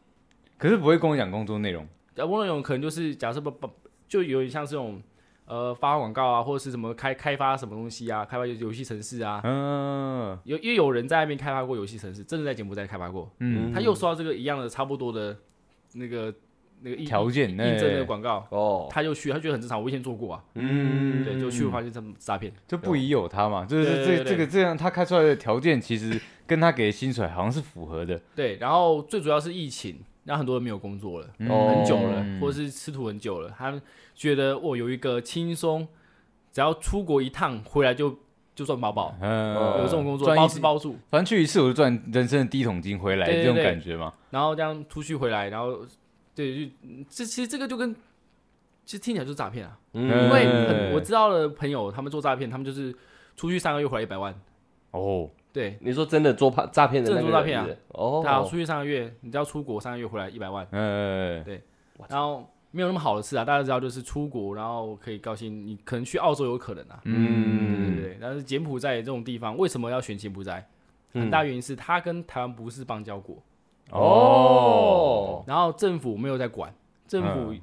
可是不会跟我讲工作内容。
呃，翁那种可能就是假设不不，就有点像这种呃发广告啊，或者是什么开开发什么东西啊，开发游戏城市啊。
嗯
有因为有人在那边开发过游戏城市，真的在柬埔寨开发过，
嗯，
他又收到这个一样的差不多的那个那个应
条件
应
哎
征的广告，
哦，
他就去，他觉得很正常，我以前做过啊，
嗯
对，就去发现他们诈骗。
就不疑有他嘛，就是
对
这
对对
这个这样，他开出来的条件其实跟他给的薪水好像是符合的。
对，然后最主要是疫情，让很多人没有工作了，
哦
嗯很久了，
嗯
或是吃土很哦久了，他们觉得我有一个轻松，只要出国一趟回来就就赚包包，
嗯，
哦
有这种工作
赚一
包吃包住，
反正去一次我就赚人生的第一桶金回来，
对对
这种
对
感觉嘛。
然后这样出去回来，然后对，就这其实这个就跟其实听起来就是诈骗啊，因
嗯，
为
嗯
很我知道的朋友他们做诈骗，他们就是出去三个月回来一百万，
哦，
对，
你说真的做诈诈骗的那个人
真的做诈骗啊
是不是哦，
他出去三个月，你只要出国三个月回来一百万，
嗯，
然后没有那么好的事啊，大家知道就是出国，然后可以高兴，你可能去澳洲有可能啊，对对
嗯，
对，但是柬埔寨这种地方为什么要选柬埔寨？很
嗯
大原因是它跟台湾不是邦交国，
哦，
然后政府没有在管，政府
嗯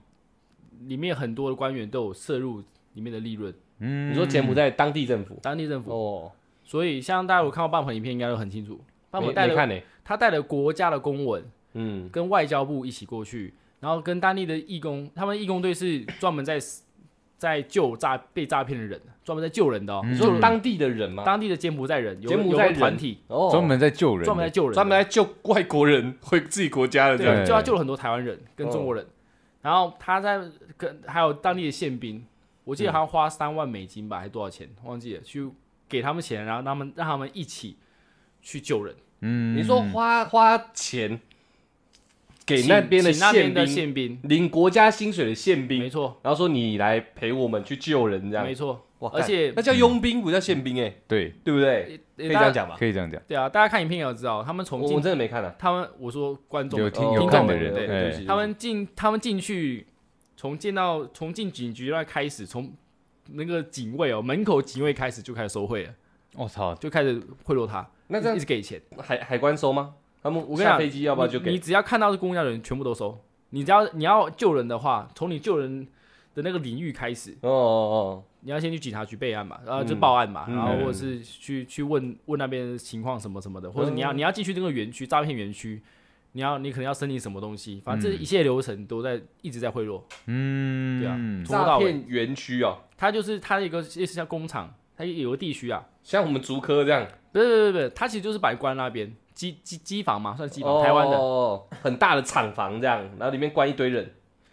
里面很多的官员都有涉入里面的利润，
嗯，
你说柬埔寨当地政府
当地政府。
哦，
所以像大家有看过半鹏影片，应该都很清楚，半
没
鹏带
没
了
看呢，
他带了国家的公文
嗯，
跟外交部一起过去，然后跟当地的义工，他们义工队是专门在在救诈被诈骗的人，专门在救人的哦，
嗯
你
就
说当地的人吗？
当地的柬埔寨人，有
嗯柬埔寨
有个
人
团体
哦，
专门在救人，
专门在救人的，
专门来救外国人 回自己国家的这样，
对
对，就他救了很多台湾人跟中
哦
国人，然后他在跟还有当地的宪兵，我
嗯
记得好像花三万美金吧，还多少钱忘记了，去给他们钱，然后他们让他们一起去救人，
嗯，
你说花花钱给那边的
请请
宪
那边的
兵，
宪兵，
领国家薪水的宪
没
兵，
错
然后说你来陪我们去救人这样
没，错，
哇
而且
干
嗯
那叫佣兵不叫宪兵哎，
对，
对不对？
可
可以这样，讲吧？
可以这样讲，
对啊，大家看影片也有知道，他们
我
从
我
进
真的没看啊，
他们我说观众呃
有听
哦
有
听
看
众
的
们
人哎
对
对不起
他们进他们进去，从见到从进警局那开始，从那个警卫哦门口警卫开始就开始收贿了，
我哦操，
就开始贿赂他，
那这
一
样
直给钱。
海海关收吗？他们
我跟你
下
讲，
飞机要不要
你
就
你
给？
只要看到是公交的人，全部都收。你只要你要救人的话，从你救人的那个领域开始，
哦哦
你要先去警察局备案嘛，然后
嗯
就报案嘛，
嗯
然后或者是去去问问那边的情况什么什么的，或者你要
嗯
你要进去这个园区诈骗园区，你要你可能要申请什么东
嗯
西，反正这一切流程都在一直在贿赂。
嗯，
对啊
哦，
从头
诈
到尾
骗园区哦，
它就是它的一个类似像工厂，它有个地区啊，
像我们竹科这样，
不是不是不是，它其实就是白关那边机机机房嘛，算机房，
哦
台湾的。
哦哦很大的厂房这样，然后里面关一堆人，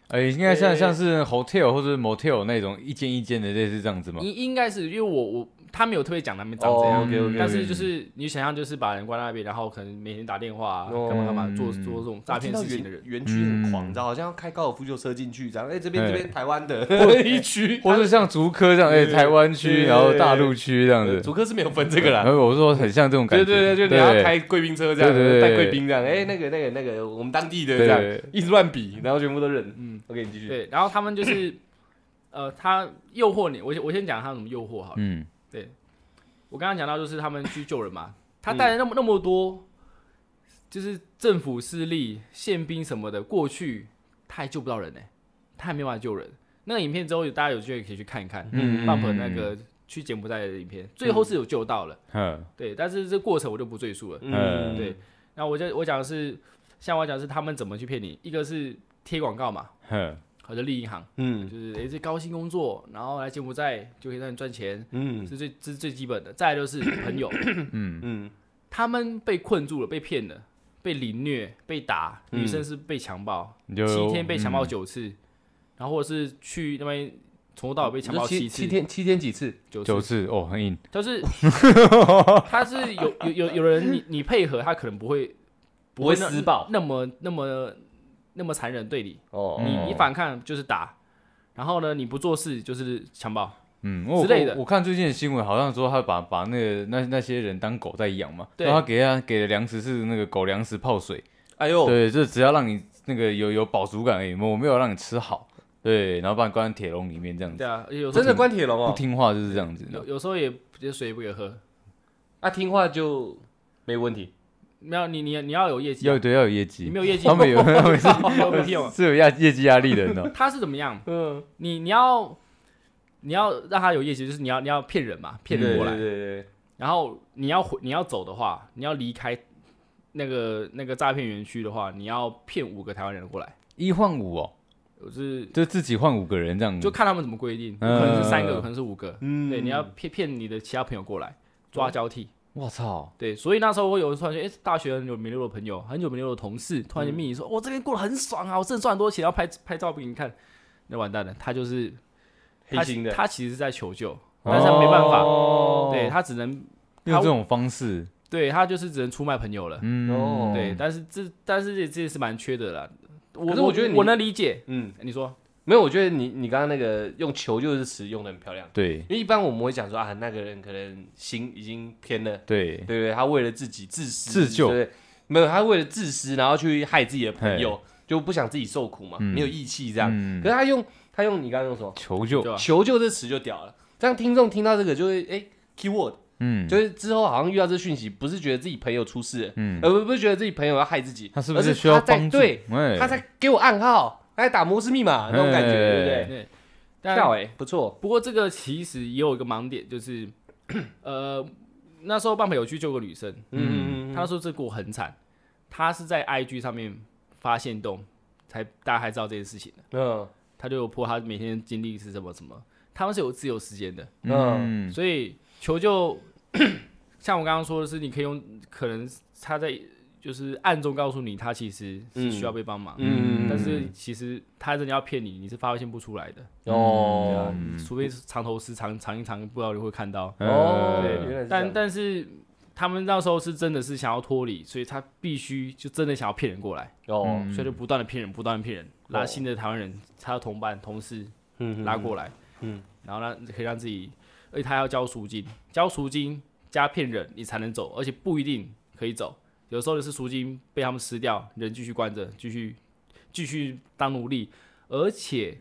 哎，应该像像是 hotel 或者 motel 那种一间一间的类似这样子吗？
应应该是因为我我他没有特别讲他们长怎
哦
样，
，OK，OK，OK
但是就是你想象就是把人关在那边，然后可能每天打电话啊，
哦
干嘛干嘛做
嗯
做这种诈骗事情的人，
园
区很狂你知
道，好像要开高尔夫球车进去，然后哎这
边这边
台湾的 一区，
或是像竹科这样，哎，台湾区，然后大陆区这样子，
竹科是没有分这个
然
啦。
后我说很像这种感
对
觉，
对对，就你要开贵宾车这样，
嗯对对对
带贵宾这样，哎，那个那个那个，我们当地的
对
这
对
样，一直乱比，然后全部都认。嗯，OK，你继续。
对，然后他们就是呃，他诱惑你，我先我先讲他怎么诱惑好了。
嗯，
我刚刚讲到就是他们去救人嘛，他带了那么那么多，就是政府势力、宪兵什么的过去，他还救不到人呢、他还没办法救人。那个影片之后，大家有机会可以去看一看，
嗯
嗯，棒本那个去柬埔寨的影片，最后是有救到了，
嗯，
对，但是这过程我就不赘述了。
嗯
对，那我就我讲的是，像我讲的是他们怎么去骗你，一个是贴广告嘛，
哼，
和就立银行，
嗯
就是诶这高薪工作，然后来柬埔寨就可以让你赚钱，
嗯
是最这是最基本的。再来就是朋友，
嗯
他们被困住了，被骗了，被凌虐、被打，
嗯
女生是被强暴，
你就嗯
七天被强暴九次，然后或者是去那边从头到尾被强暴
七
次，
七天七天几次？
九
九
次，
次，哦，很硬，
就是 他是有有有有人你你配合他可能不会
不会
那
施暴
那么那么那么残忍对你，
哦
你你
哦
反抗就是打，然后呢你不做事就是强暴，
嗯，我
之类的
我我看最近的新闻，好像说他把把那个那那些人当狗在养嘛，
对
然后他给他给的粮食是那个狗粮食泡水，
哎
哦
呦，
对，就只要让你那个有有饱足感而已，我没有让你吃好，对，然后把你关在铁笼里面这样子，
对啊，有时候
真的关铁笼
不
哦，
听话就是这样子，
有有时候也也水也不给喝，
啊听话就没问题。
没有你你你要有业绩啊、
要对要有业
你
绩，
没有业绩
他，们有他们是
有屁用啊！
是有压业绩压力的，你知道吗，
他是怎么样？
嗯，
你你要你要让他有业绩，就是你要你要骗人嘛，骗人
对
过
对
来。
对对，
然后你要回你要走的话，你要离开那个那个诈骗园区的话，你要骗五个台湾人过来，
一换五哦，
就是
就自己换五个人这样
就
子，
看他们怎么规定，有
嗯
可能是三个，有可能是五个。
嗯
对，你要骗骗你的其他朋友过来抓交替。
我操，
对，所以那时候我有突然觉得，哎、大学很久没联络的朋友，很久没联络的同事，突然
嗯
间密你说，我、这边过得很爽啊，我真的赚很多钱，要拍拍照给你看，那完蛋了，他就是
黑心的
他，他其实是在求救，但是他没办法，
哦
对他只能
用这种方式，
对他就是只能出卖朋友了。
哦
嗯，
对，，但是这但是这这也是蛮缺德的啦。
可
我
是我觉得你
我能理解，
嗯，
你说
没有，我觉得你你刚刚那个用球就是词用的很漂亮，
对
因为一般我们会讲说啊，那个人可能心已经偏了，
对
对不对？他为了自己自私
自救
对不对没有，他为了自私，然后去害自己的朋友，就不想自己受苦嘛，
嗯
没有义气这样。
嗯啊
可是他用他用你刚刚用什么？
求救，
对吧？
求救这词就屌了，这样听众听到这个就会哎 keyword，
嗯，
就是之后好像遇到这讯息，不是觉得自己朋友出事了，
嗯，
而不不是觉得自己朋友要害自己，
他是不
而
需要
他在
帮助？
对，
哎
他在给我暗号，他在打摩斯密码那种感觉，
哎
对不对？
对，但
跳哎，不错，
不过这个其实也有一个盲点，就是 呃，那时候棒朋友去救个女生，
嗯，
他说这过很惨，他是在 IG 上面发现动，才大家才知道这件事情的。
嗯
他就有泼他每天经历是什么什么，他们是有自由时间的，
嗯
嗯
所以求救， 像我刚刚说的是，你可以用可能他在就是暗中告诉你，他其实是需要被帮忙，
嗯，
但是其实他真的要骗你，你是发现不出来的，
嗯
对啊
哦，
除非是藏头诗藏藏一藏，不知道你会看到。
哦，
呃
原来是这
但
样
但是他们那时候是真的是想要脱离，所以他必须就真的想要骗人过来，
哦，
所以就不断的骗人，不断的骗人，拉
哦
新的台湾人，他的同伴同事
嗯
拉过来，
嗯，
然后让可以让自己，而且他要交赎金，交赎金加骗人，你才能走，而且不一定可以走，有时候就是赎金被他们吃掉，人继续关着，继续继续当奴隶，而且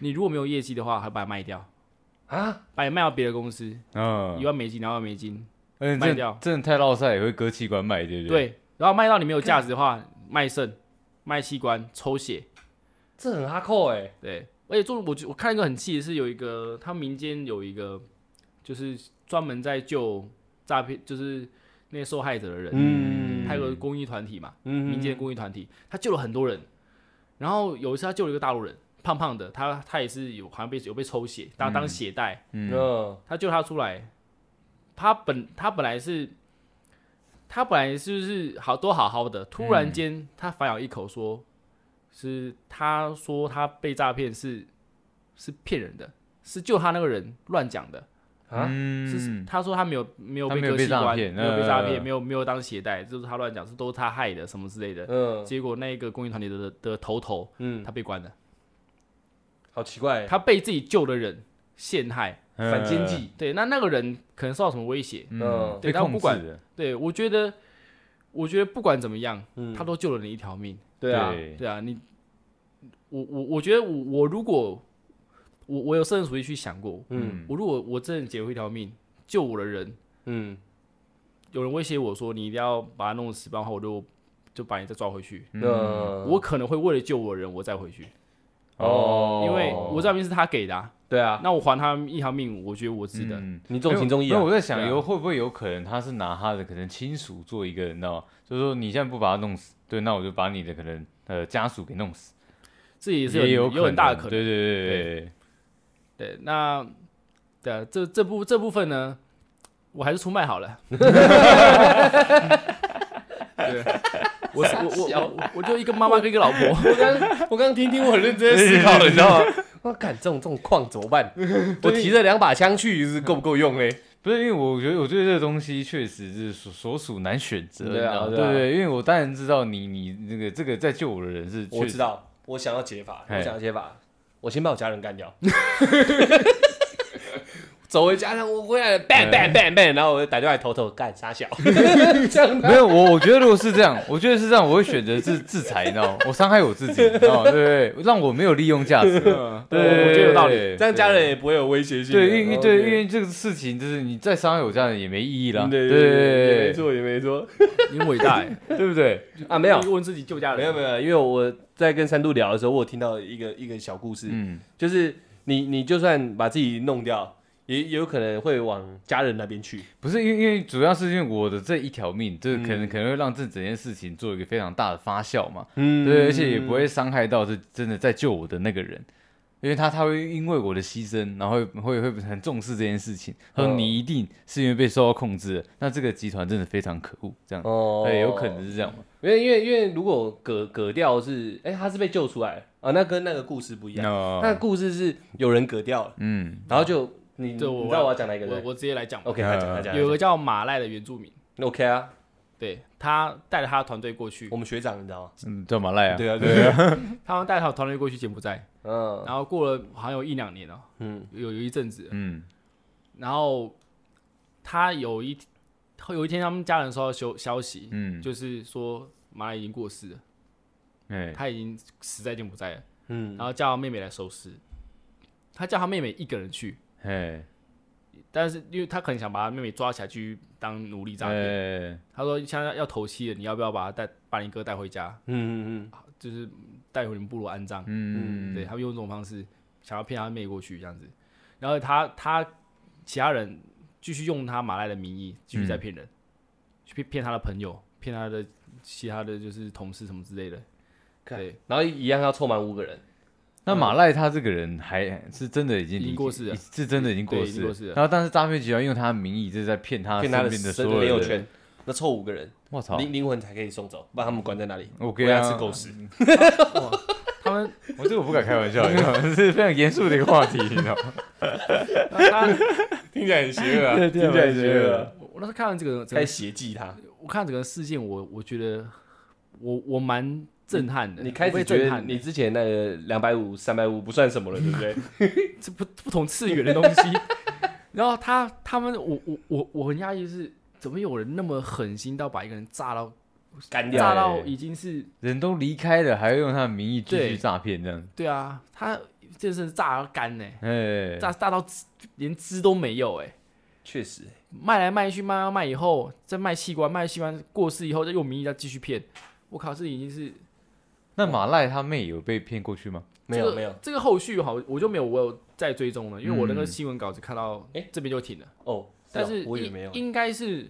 你如果没有业绩的话，还把它卖掉，
啊，
把你卖到别的公司，
嗯
一，万美金，两万美金，
而且
卖
真
掉
的真的太落赛也会割器官卖，对不对？
对，然后卖到你没有价值的话，卖肾、卖器官、抽血，
这很哈扣哎，
对，而且做我觉我看一个很气的是有一个，他民间有一个就是专门在救诈骗，就是那些受害者的人，
嗯
他有个公益团体嘛，
嗯
民间的公益团体，他救了很多人。然后有一次他救了一个大陆人，胖胖的，他他也是有好像被有被抽血，当当血袋，
嗯
他救他出来，他本他本来是。他本来就是好都好好的，突然间他反咬一口说，是他说他被诈骗是是骗人的，是就他那个人乱讲的，
啊，
是
嗯，
他说他没有没有
他
被
没有
割
被
器
诈
官，
骗
没有被诈骗，
呃
没有没有当鞋带，就是他乱讲，是都是他害的什么之类的。
嗯
结果那个公益团体的的的头头
嗯，
他被关了，
好奇怪，
他被自己救的人陷害，
反经
呃，
济，
对，那那个人可能受到什么威胁？
嗯
嗯，
对
被
他
控
不管
制的，
对我觉得，我觉得不管怎么样，
嗯
他，都救了你一条命。
对啊，
对啊，你，我我我觉得我我如果我我有圣人主义去想过，
嗯
我如果我真的捡回一条命，救我的人，
嗯
有人威胁我说你一定要把他弄死，不然的话我就就把你再抓回去。
嗯
那嗯
我可能会为了救我的人，我再回去，
哦，
因为我这条命是他给的、啊，
对啊，
那我还他一条命，我觉得我值得。
嗯
你重情重义
因为
啊
我，在想，
对啊
有会不会有可能他是拿他的可能亲属做一个，你知道吗？就是说你现在不把他弄死，对，那我就把你的可能呃家属给弄死，
这也是
也
有
有
很大的可能。
对对对对对，
对，那对啊这这部这部分呢，我还是出卖好了。 对，我我我我我就一个妈妈跟一个老婆，
我刚我刚刚听听，我很认真在思 考，你知道吗？我干这种这种矿怎么办？我提着两把枪去是够不够用嘞？
不是因为我觉得我对这个东西确实是所所属难选择，
对啊
你知
对
道
啊
吗对对，因为我当然知道你你那个这个在救我的人是，
我知，道，我想要解法，我
嘿
想要解法，我先把我家人干 掉。走回家，然后我回来了，bang bang
嗯
bang bang，然后我就打电话来投投干傻 小，这 样
没有我我觉得如果是这样， 我觉得是这样，我会选择制制裁，你知道吗？我伤害我自己，你知道吗？对对对，让我没有利用价 值，对，
嗯我觉得有道理
对
这样家人也不会有威胁性的。
对，因为对，因
OK
为这个事情就是你再伤害我家人也没意义啦，
嗯对
对
也没
对
错也没错
你很伟大哎、
对，对不对？
啊，没有
问自己救家人，
没有没有，因为我在跟三度聊的时候，我有听到一个一个小故事，
嗯，
就是你你就算把自己弄掉，也也有可能会往家人那边去。
不是因为因为主要是因为我的这一条命，就是可能、
嗯
可能会让这整件事情做一个非常大的发酵嘛，
嗯
对，而且也不会伤害到是真的在救我的那个人。因为他他会因为我的牺牲，然后会会会很重视这件事情。他说
哦
你一定是因为被受到控制了，那这个集团真的非常可恶，这样
哦
对，有可能，是这样嘛？
因为因为因为如果割割掉是，哎、他是被救出来啊，那跟那个故事不一样。
那
那个故事是有人割掉了，
嗯
然后就你你知
对我
道我要讲哪一个
我
人
我直接来讲吧，
？OK，他讲他讲，
有个叫马赖的原住民，
OK 啊，
对他带着他的团队过去
我，们学长你知道吗？
嗯，叫马赖啊，
对啊对啊，
他们带着他的团队过去柬埔寨，
嗯
然后过了好像有一两年哦、
嗯
有有一阵子，
嗯，
然后他有一有一天他们家人收到消消息，
嗯
就是说马赖已经过世了，
哎，
他已经死在柬埔寨了，
嗯，
然后叫他妹妹来收尸，他叫他妹妹一个人去，
哎，
但是因为他可能想把他妹妹抓起来去当奴隶诈骗，
哎，
他说现在要头七了，你要不要把他带把你哥带回家，
嗯嗯
就是带回你部落安葬？
嗯，
对他们用这种方式想要骗他妹过去这样子，然后他他其他人继续用他马来的名义继续在骗人，去骗骗他的朋友，骗他的其他的就是同事什么之类的。
看
对，
然后一样要凑满五个人，
那马赖他这个人还是真的已经
嗯已经
离
过世了
是真的已经过
对已经
世
过
了
世。了
然后，但是诈骗集团用他的名义就是在骗他
骗他
啊
的
身边的
身
所
朋
有
友
人。
圈，那凑五个人，
我操
灵灵魂才可以送走，不然他们关在那里，
！OK
喂
啊
他，吃狗食。
他们
我这个我不敢开玩笑，你知道 吗这是非常严肃的一个话题，你知道吗？
他
听起来很邪 恶啊
对
听起来很邪恶啊，
我我那时候看了这个整
在
个，
邪啊计他。
我看了整个事件，我我觉得我我蛮震撼的。
你开
我被
始觉
震
得
撼的
你之前那个两百五、三百五不算什么了，对不对？
这不不同次元的东西。 然后他他们，我我我我很讶异，是怎么有人那么狠心到把一个人炸到
干掉欸
炸
了，
欸
到已经是
人都离开了，还要用他的名义继续
对
诈骗，这样。
对啊，他这是炸到干呢、
哎，
炸炸到汁连汁都没有哎、
确实，
卖来卖去卖卖卖以后，再卖器官，卖器官过世以后，再用名义再继续骗。我靠，这已经是
那马赖他妹有被骗过去吗？
没
这
有
个
没有
这个后续哈，我就没有我有再追踪了，因为我那个
嗯
新闻稿只看到
诶
这边就停了，
哦，
但
哦
是
我以为
应
没有，
应该是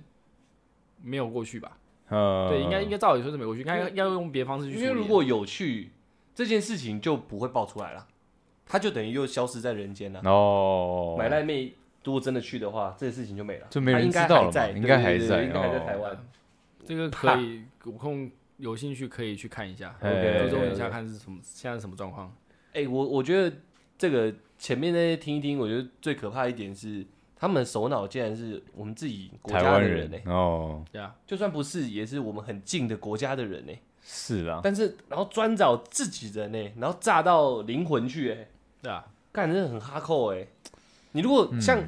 没有过去吧。
呃，
对，应该应该照理说是没过去，应
嗯
该
因为
应该用别的方式去处
因
理
为
啊。
如果有去这件事情就不会爆出来了，他就等于又消失在人间了。
哦，
买赖妹如果真的去的话，这个事情就没了，
就没人
他应该
知道了
还在
嘛应该还
对对对
在
应该还在
哦
台湾。
这个可以有空有兴趣可以去看一下，
哎
追踪一
OK，OK
下看是什么现在是什么状况。
哎、我我觉得这个前面那些听一听，我觉得最可怕一点是，他们首脑竟然是我们自己国
台
家
湾
的人
欸
呢、
哦，
对啊，
就算不是，也是我们很近的国家的人呢、欸
是啦，
但是然后专找自己人呢、然后炸到灵魂去、欸，哎，
对啊，
干真的很哈扣哎、你如果像
嗯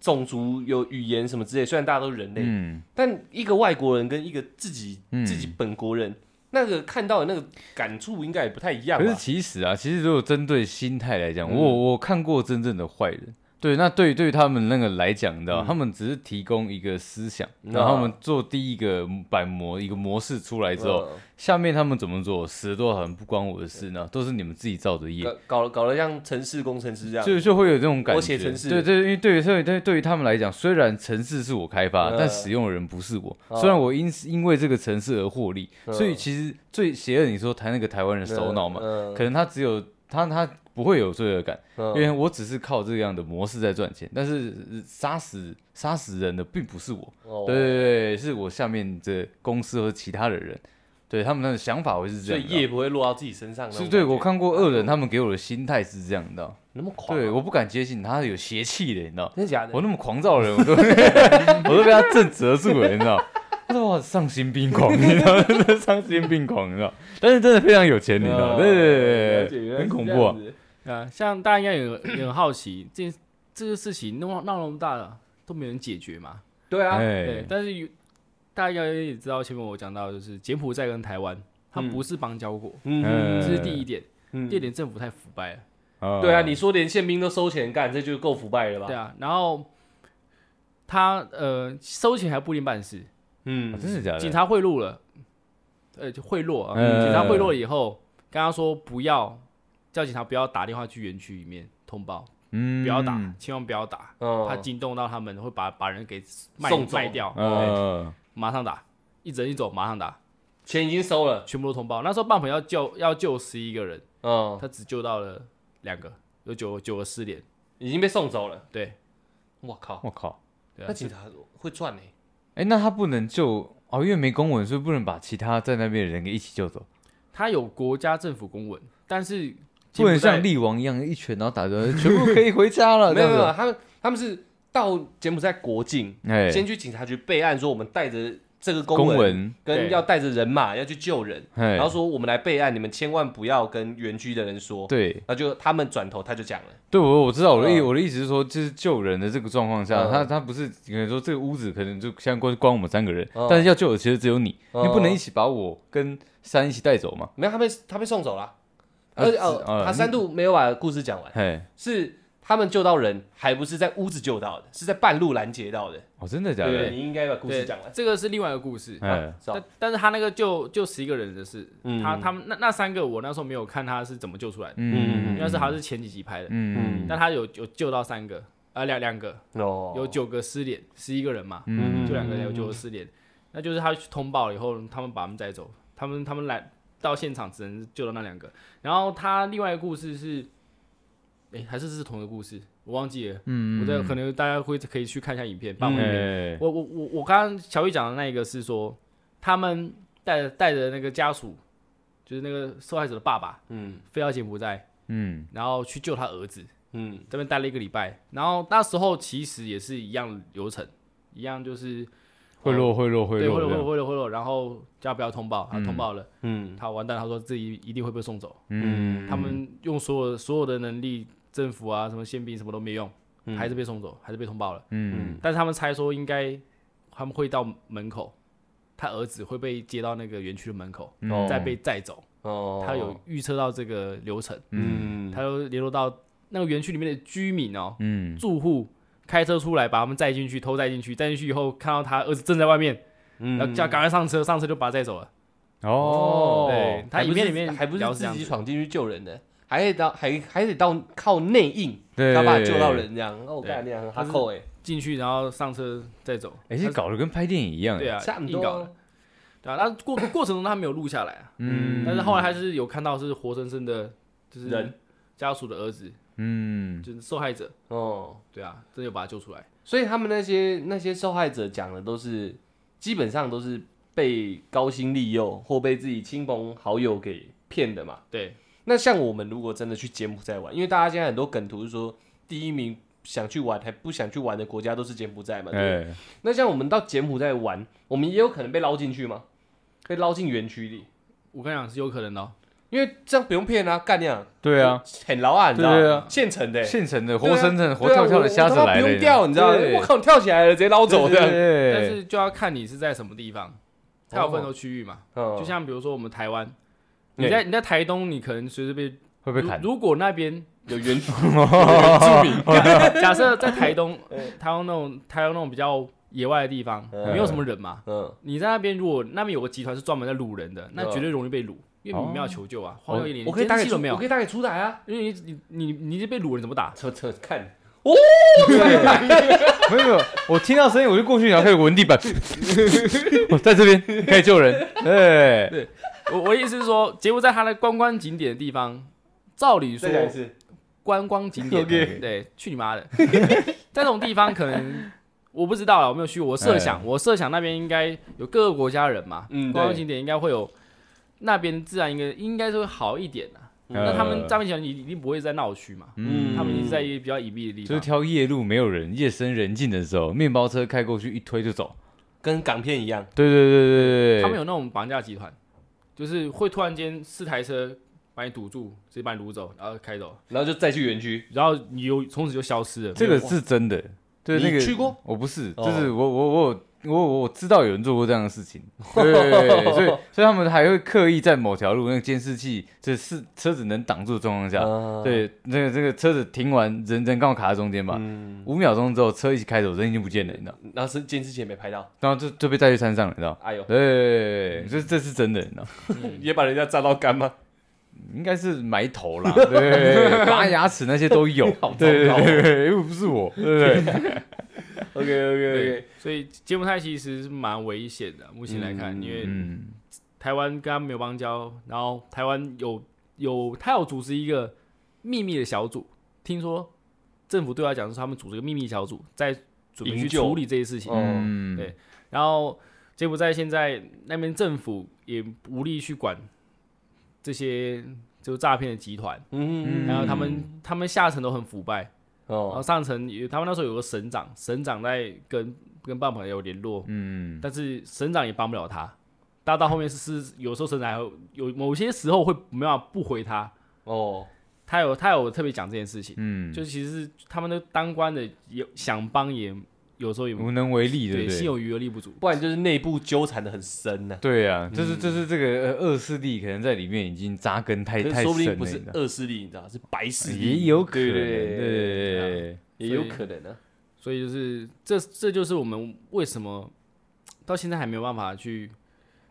种族有语言什么之类，虽然大家都是人类，
嗯，
但一个外国人跟一个自己、
嗯
自己本国人，那个看到的那个感触应该也不太一样
可是
吧？
其实啊，其实如果针对心态来讲，
嗯
我我看过真正的坏人。对，那对对于他们那个来讲，你知道，他们只是提供一个思想，
嗯
然后他们做第一个板模一个模式出来之后，
嗯
下面他们怎么做，死了多少人不关我的事呢？都是你们自己造的业，
搞搞搞得像城市工程师这样，
就就会有这种感
我
觉。
写程式
对对，因为对于对于对于对于他们来讲，虽然城市是我开发，
嗯
但使用的人不是我。
哦
虽然我因因为这个城市而获利，
嗯
所以其实最邪恶，你说台那个台湾人首脑嘛，
嗯
可能他只有他他不会有罪恶感，
嗯
因为我只是靠这样的模式在赚钱。但是呃杀死杀死人的并不是我，
哦
对对对，是我下面的公司和其他的人，对他们的想法会是这
所
样
以
的。
业不会落到自己身上那种感觉。
是对我看过恶人，他们给我的心态是这样的哦，
那么狂啊，
对，我不敢接近他，有邪气的，你知道。
真的假的
我？那么狂躁的人，我都 我都被他震折住了，你知道？他说哇，丧心病狂，你知道？真的 丧心病狂，你知道？但是真的非常有钱，你知道？
哦
对对对
了解
对
原
对，
来
很
是
恐
这
怖
样
啊！
子
对啊，像大家应该有也很 好奇，这这个事情闹闹那么大了都没人解决嘛？
对啊，
对
哎，，
但是有大家应该也知道，前面我讲到就是柬埔寨跟台湾，它
嗯
不是邦交国，
嗯
这是第一点。
嗯
第二点，政府太腐败了。
嗯哦
对啊，你说连宪兵都收钱干，这就够腐败了吧？
对啊，然后他呃收钱还不一定办事，
嗯
啊真的假的？
警察贿赂了，呃，就贿赂啊，
嗯
警察贿赂了以后，跟他说不要叫警察不要打电话去园区里面通报，
嗯
不要打，千万不要打，
嗯
怕惊动到他们会把把人给卖
送走嗯
卖掉，
呃，
马上打，一人一走马上打，
钱已经收了，
全部都通报。那时候棒朋要救要救十一个人，
嗯，
他只救到了两个，有九九个失联，
已经被送走了。
对
我靠，
我靠，
对
那
啊，
警察会赚呢？
哎，那他不能就哦，因为没公文，所以不能把其他在那边的人给一起救走。
他有国家政府公文，但是
不能像
利
力王一样一拳然后打着，全部可以回家了。
没有没啊
这
有，
样
他们他们是到柬埔寨国境，
子，哎，
先去警察局备案，说我们带着这个
公
公文，
文，
跟
对
要带着人马要去救人，
哎
然，后说我们来备案，你们千万不要跟园区的人说。
对
那就他们转头他就讲了，
对，我我知道我的意
嗯
我的意思是说，就是救人的这个状况下，
嗯
他他不是可能说这个屋子可能就现在光光我们三个人
嗯，
但是要救的其实只有你，
嗯
你不能一起把我跟山一起带走嘛？
没有他被他被送走了，
啊
而且哦
是，嗯
爬山度没有把故事讲完，
嘿，
是他们救到人，还不是在屋子救到的，是在半路拦截到的。
哦，真的假
对，
的？
你啊应该把故事
对
讲完。
这个是另外一个故事。
哎，
是吧
但但是他那个救救十一个人的事，
嗯
他他们那那三个我那时候没有看他是怎么救出来的，
嗯
因为是好像是前几集拍的，
嗯
但他有有救到三个，啊两两个，
哦
有九个失联，十一个人嘛，
嗯
就两个人有九个失联，那就是他去通报了以后，他们把他们带走，他们他们来到现场只能救到那两个，然后他另外一个故事是，哎、还是是同一个故事，我忘记了，
嗯
我在可能大家会可以去看一下影片，
嗯
帮我们
哎，
我我我我刚刚小玉讲的那一个是说，他们带着带着那个家属，就是那个受害者的爸爸，
嗯
飞到柬埔寨，
嗯
然后去救他儿子，
嗯
这边待了一个礼拜。然后那时候其实也是一样的流程，一样就是
贿赂贿赂贿
对贿
赂这
赂贿
样，
赂贿赂贿赂，然后叫他不要通报，他
嗯
通报了，
嗯
他完蛋，他说自己一定会被送走。
嗯，
他们用所有所有的能力，政府啊什么宪兵什么都没用，
嗯
还是被送走，还是被通报了。
嗯
但是他们猜说应该他们会到门口，他儿子会被接到那个园区的门口，
嗯
再被载走。
哦，
他有预测到这个流程，
嗯
他又联络到那个园区里面的居民哦，
嗯
住户开车出来把他们载进去，偷载进去，载进去以后看到他儿子正在外面，
嗯
然后叫赶快上车，上车就把他载走了。
哦，
对他
还不是
影片里面
还不
聊
是
是
自
这样
己
子
闯进去救人的，还得到还还得到靠内应，
对，
他把救到人这样。哦，我
对
干那样很哈
他是
扣哎，
进去，然后上车再走，
哎，这搞得跟拍电影一样，
对
哎，
啊，
差不
硬
多
搞的
啊。
对啊，但过过程中他没有录下来啊，
嗯
但是后来还是有看到是活生生的，就是
人
家属的儿子，
嗯
就是受害者，
哦。
对啊，真的有把他救出来。
所以他们那些那些受害者讲的都是，基本上都是被高薪利诱或被自己亲朋好友给骗的嘛。
对，
那像我们如果真的去柬埔寨玩，因为大家现在很多梗图是说第一名想去玩还不想去玩的国家都是柬埔寨嘛，对不对。
哎，
那像我们到柬埔寨玩，我们也有可能被捞进去吗？被捞进园区里，
我跟你讲是有可能的哦、
因为这样不用骗啊，干那样
对啊，，
很牢啊，你知道
对啊
吗？现成的、
现成的
对啊
活生生、活
对啊
跳跳
我
的虾
我
子
他妈
来了，
不用掉，你知道吗？
对
我靠，跳起来了，直接捞走
对
的。
对
但
对
是就要看你是在什么地方，它有分很多区域嘛。
哦
嗯
就像比如说我们台湾，
对
你在你在台东，你可能随时被
会被
如
砍。
如果那边
有原 住
假设在 台东，台湾那种台湾那种比较野外的地方，
嗯
没有什么人嘛。
嗯
你在那边，如果那边有个集团是专门在掳人的，那
嗯
绝对容易被掳，因为你没有求救啊，荒谬一点，
哦我可以打给
都没
出
有
我可，以打给出来啊，
因为你你你你已经被掳了，你怎么打？
这这看，
没有没有，我听到声音我就过去，然后开始闻 地板。我在这边可以救人，哎，
我我意思是说，柬埔寨它的观光景点的地方，照理说
次，
观光景点
OK
对，去你妈的！ 在这种地方可能我不知道了，我没有去过。我设想，我设想那边应该有各个国家人嘛，
哎嗯
观光
对
景点应该会有，那边自然应该应该是会好一点的、啊
嗯
那他们诈骗集团一定不会在闹区嘛，
嗯
他们一定在一个比较隐蔽的地
就是
方。
挑夜路没有人、夜深人静的时候，面包车开过去一推就走。
跟港片一样，
对对对对对
他们
对，
有那种绑架集团，就是会突然间四台车把你堵住，直接把你掳走，然后开走，
然后就再去园区。
然后你又从此就消失了。
这个是真的。对
你
那个
去过？
我不是，
哦
就是我我我有我我知道有人做过这样的事情，对，所以所以他们还会刻意在某条路那个监视器，这是车子能挡住的状况下，
啊，
对，那个这个车子停完，人人刚好卡在中间嘛，
嗯，
五秒钟之后车一起开走，人已经不见了，你知道，
然后是监视器也没拍到，
然后就就被带去山上了，你知道。
哎呦，
对，这这是真的，你知道，
也把人家炸到干吗？
应该是埋头啦，对，拔牙齿那些都有，对
糟糕哦
对对，又不是我，对不对？
OK OK OK，
所以柬埔寨其实是蛮危险的，目前来看，
嗯
因为
嗯，
台湾跟他没有邦交，然后台湾有有他有组织一个秘密的小组，听说政府对外讲说他们组织一个秘密小组在准备
营
去
救
处理这些事情，
嗯，
嗯，
对然后柬埔寨现在那边政府也无力去管这些就是诈骗的集团，
嗯
然后他们他们下层都很腐败，然后
哦，
上层也他们那时候有个省长，省长在跟跟棒朋有联络，
嗯，
但是省长也帮不了他。大到后面是是有时候省长还会有某些时候会没办法不回他，
哦，
他有他有特别讲这件事情，
嗯，
就其实是他们的当官的也想帮也有时候也
无能为力，对
对
不
心
对？
有余而力不足，
不然就是内部纠缠的很深呐、
对啊，就是
嗯
就是这个呃恶势力可能在里面已经扎根太
可是
太
说不定
深
不
了，
是
你知道
恶势力，你知道是白势
也
力，
有可能，
对
对
对对
对对对
也有可能啊。
所以就是这这就是我们为什么到现在还没有办法去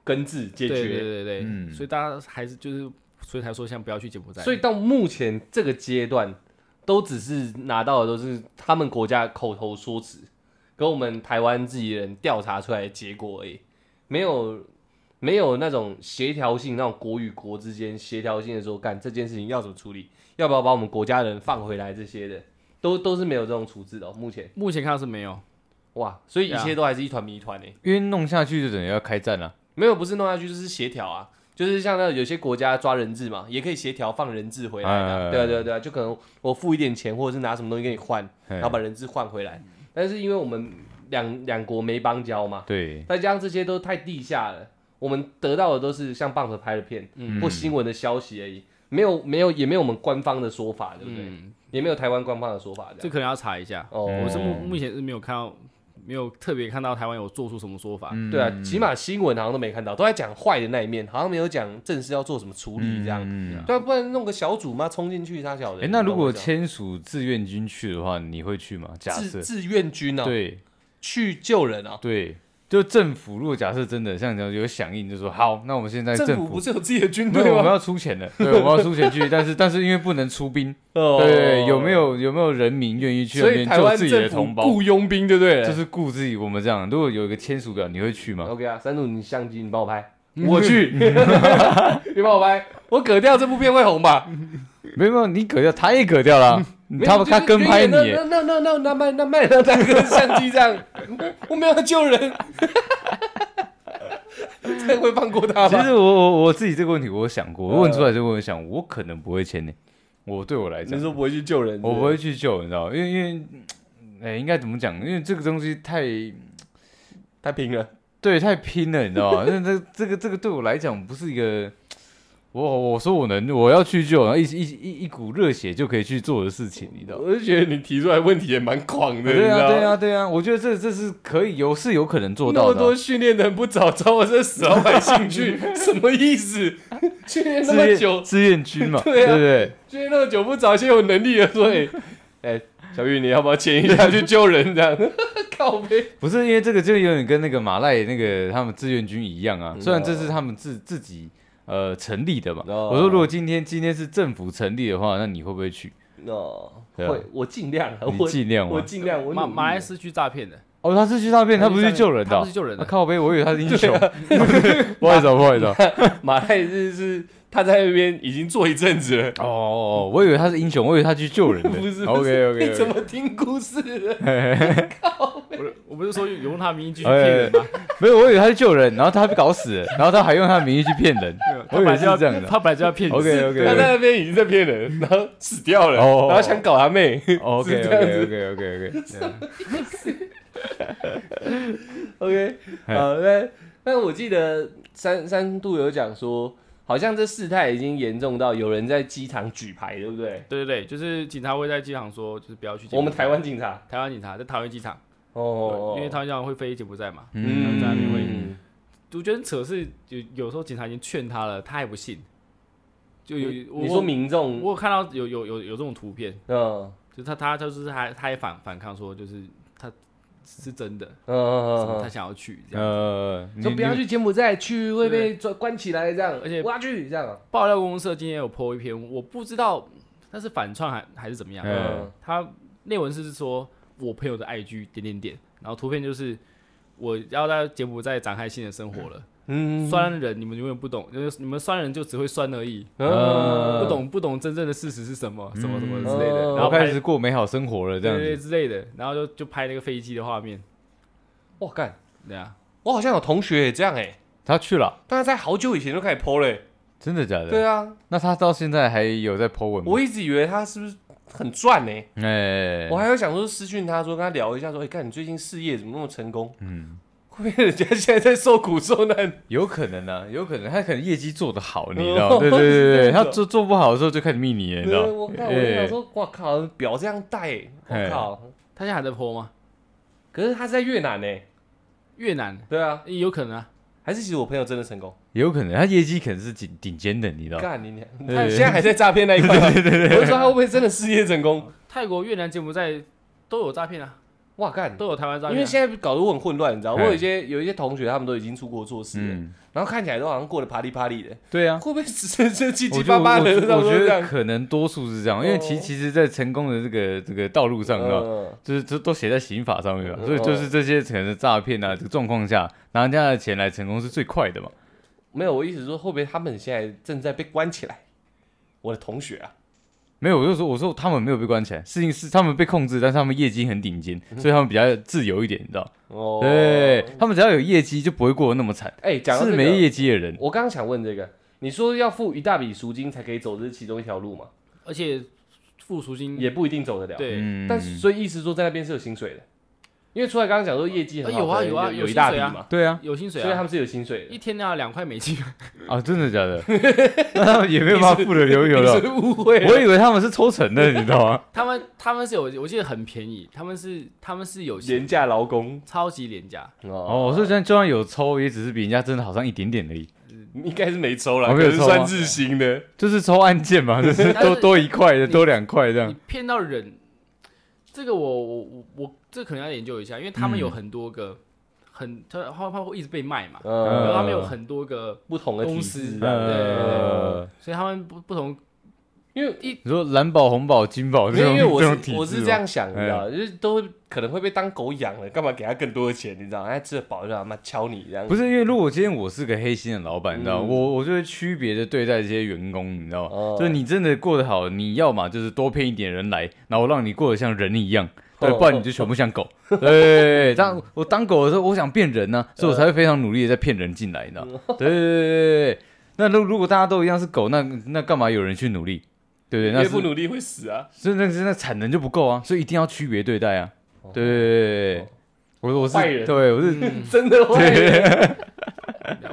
根治解
对
决。
对对对，
嗯
所以大家还是就是所以才说像不要去柬埔寨，
所以到目前这个阶段，都只是拿到的都是他们国家口头说辞，跟我们台湾自己人调查出来的结果而已，没有没有那种协调性，那种国与国之间协调性的说，干这件事情要怎么处理，要不要把我们国家人放回来这些的，都都是没有这种处置的哦、目前
目前看到是没有，
哇，所以一
对啊
切都还是一团谜团呢。欸
因为弄下去就等于要开战了。
没有，不是弄下去，就是协调啊，就是像那有些国家抓人质嘛，也可以协调放人质回来的啊，
哎
对啊，对啊，对啊，就可能我付一点钱，或者是拿什么东西给你换，
嘿
然后把人质换回来。但是因为我们两两国没邦交嘛，
对，
再加上这些都太地下了，我们得到的都是像棒子拍的片、
嗯
或新闻的消息而已，没有没有也没有我们官方的说法，对不对？
嗯，
也没有台湾官方的说法这
这
样。
可能要查一下，
哦，
我
嗯
是目目前是没有看到没有特别看到台湾有做出什么说法，
对啊，起码新闻好像都没看到，都在讲坏的那一面，好像没有讲正式要做什么处理这样。
嗯，
对啊，不然弄个小组嘛，冲进去他小的。
哎，那如果
你懂
签署志愿军去的话，你会去吗？假
我意思
设
吗自自愿军啊，
对
去救人啊，
对，就政府如果假设真的像你讲有响应，就说好，那我们现在
政
政
府不是有自己的军
没
队
有，我们
吗？
要出钱的，对，我们要出钱去，但是但是因为不能出兵，
哦
对，有没？有有没有人民愿意去那
所以
边
台
救
湾
自己的
政府
同胞？
雇佣兵，对不对？
就是顾自己，我们这样。如果有一个签署表，你会去吗？
OK 啊，三柱，你相机你帮我拍，我去，你帮我拍，我割掉这部片会红吧？
没有，没有，你割掉，他也割掉了，他
没有
他
就
跟拍你
就
耶，
那那那那那卖那卖那大哥相机这样，我没有要救人，这样会放过他
其
吗？
实我我我自己这个问题我有想过，
呃
问出来这个问题，想我可能不会签呢。我对我来
你
讲，
说不会去救人，
我不会去救，你知道吗，因为因为，哎，应该怎么讲？因为这个东西太
太拼了，
对，太拼了，你知道吗？ 那这这个这个对我来讲不是一个，我我说我能我要去救，然后一一一一股热血就可以去做的事情，你知道吗？
我就觉得你提出来问题也蛮狂的，你
对
知
啊，
道
对
吗？
啊，对啊，我觉得这这是可以有是有可能做
那
到
么
的啊、
多训练的人不找，找我这死老百姓去， 什么意思？训练那
志
么
愿
久，
志愿军 嘛，
对啊
对不对？
训练那么久不找一些有能力的说，哎、哎小玉，你要不要签一下去救人？这样， 靠背。
不是因为这个就有点跟那个马赖那个他们志愿军一样啊，
嗯
虽然这是他们自自己呃成立的嘛。
哦
我说如果今天今天是政府成立的话，那你会不会去？
哦，
对啊
会，我尽量，
你
我
尽量
我
吗？
尽量，我
马
努力
马来斯去诈骗的，
哦，他是去那边，他不是去救人的
他
哦、
不是救人
啊、
的，
靠背，我以为他是英雄。
啊
不好意思哦，不好意思哦。
马来日是他在那边已经做一阵子了，
哦哦，哦我以为他是英雄，我以为他去救人 的。
不是不
OK
是
OK，
你怎么听故事的？
我是我不是说有用他名义去
哎
骗人吗？
没有？我以为他是救人，然后他被搞死了，然后他还用他的名义去骗人。
哎
我
他
以
本来
为是
就要
这样的。
他本来就要骗你
OK
他在
OK
那边已经在骗人，然后死掉了，
哦
然后想搞他妹。
OK OK OK OK OK，
OK，
嘿
好，那那我记得三三度有讲说，好像这事态已经严重到有人在机场举牌，对不对？
对对对，就是警察会在机场说，就是不要去柬埔寨。
我们台湾警察
台湾警察在桃园机场，
哦，
因为桃园机场会飞柬埔寨嘛。
嗯
在那边会
嗯
我觉得很扯是有有时候警察已经劝他了，他还不信。就有
你
我
你说
我
民众
我有看到有有有有这种图片，
嗯
就是他他就是还他也反反抗说，就是他是真的，
嗯嗯
什么
嗯
他想要去这样。
呃，
嗯，说
你
不要
你
去柬埔寨，去会被
对
抓关起来这样，
而且
我要去这样，
爆料公社今天有 po 一篇，我不知道他是反串还还是怎么样。
嗯
嗯
他内文是说我朋友的 IG 点点点，然后图片就是我要在柬埔寨展开新的生活了。
嗯
酸人你们永远不懂，就是你们酸人就只会酸而已，
嗯
不懂不懂真正的事实是什么，什么什么
嗯
之类的。
嗯
然后
我
拍
开始过美好生活了，这
对
样
对
子。
之类的，然后就就拍那个飞机的画面，
哇干，
对啊，
我好像有同学也这样哎，
他去了，
但是在好久以前就开始 PO 嘞，
真的假的？
对啊，
嗯
那他到现在还有在 po 文吗？
我一直以为他是不是很赚欸呢、
哎，
我还有想说私讯他说跟他聊一下说，哎、看你最近事业怎么那么成功？
嗯，
会不会人家现在在受苦受难？
有可能啊，有可能他可能业绩做得好，你
哦
知道？对对对
是这
对，
样子哦
他做做不好的时候就开始密你了，你知道？
我看我就
哎
想说，哇靠，表这样带，我
哎
靠！
他现在还在泼吗？
可是他是在越南呢、
越南
对啊，
也有可能啊，
还是其实我朋友真的成功？
有可能他业绩可能是顶顶尖的，你知道？
干你娘！
对
他现在还在诈骗那一块吗？ 我就说他会不会真的事业成功？
泰国、越南、柬埔寨都有诈骗啊，
哇干！
都有台湾诈
因
骗啊、
为现在搞得我很混乱，你知道，我
哎
有一些有一些同学他们都已经出国做事了，
嗯，
然后看起来都好像过得啪里啪里的，
对啊，
会不会只是这七
我
七
觉
八八
得
的？
我觉
差不
我
多
觉
这样
得可能多数是这样，因为其
哦
其实，在成功的这个这个道路上，你知道，
嗯
就是这都写在刑法上面嘛，
嗯
所以就是这些可能是诈骗啊，这个状况下拿人家的钱来成功是最快的嘛。
没有，我意思是说会不会他们现在正在被关起来？我的同学啊，
没有，我就说我说他们没有被关起来，事情是他们被控制，但是他们业绩很顶尖，所以他们比较自由一点，你知道？
嗯哦，
对，他们只要有业绩就不会过得那么惨。
哎，讲到这
是
个
没业绩的人，
我刚刚想问这个，你说要付一大笔赎金才可以走这是其中一条路嘛？
而且付赎金
也不一定走得了。，
对，
嗯，
但是所以意思说在那边是有薪水的，因为出来刚刚讲说业绩很好，
呃有啊
可能
有啊
有
有
一大
薪
笔
水啊
嘛，
对啊，
有薪水
所以他
啊，
们是有薪水的
一。天要两块美金，
啊，真的假 的？那他们也没有办法富得流油
你
了
是。误会
我
了，
以为他们是抽成的，你知道吗？
他们他们是有，我记得很便宜，他们是他们是有
廉价劳工
超级廉价，
哦，
哦，所以这样就算有抽，也只是比人家真的好像一点点而已，
应该是没抽啦，
我
可
没有
能
抽
算
啊
日薪的。
就是抽按键嘛，就是
但是
多多一块的，
你
多两块这样
你。骗到人，这个我我我我这可能要研究一下，因为他们有很多个、很他他他会一直被卖嘛，然后
嗯，
他们有很多个，
不同的体
公
制
司
啊，
嗯
对对对
呃，
所以他们不不同
因为一
你说蓝宝、红宝、金宝
没
哦这
有，
种
因为我
这种
是
体
我
制
是
吗哎
这样想的，你知道吗就是都会可能会被当狗养了，干嘛给他更多的钱？你知道吗，哎，吃得饱就他妈敲你这样
不。是因为如果今天我是个黑心的老板，你知道
嗯
吗，我我就会区别的对待这些员工，你知道吗
哦？
就是你真的过得好，你要嘛就是多骗一点人来，然后让你过得像人一样，对，
哦
不然你就全部像狗。 对，当我当狗的时候，我想 变人呢、啊所以我才会非常努力的在骗人进来，你知道吗？对对对对。那如如果大家都一样是狗，那那干嘛有人去努力？对对，
因
那
为
是
不努力会死啊！
所以那是那产能就不够啊，所以一定要区别对待啊。对对对对对，我我是
坏人
对我是
真的会，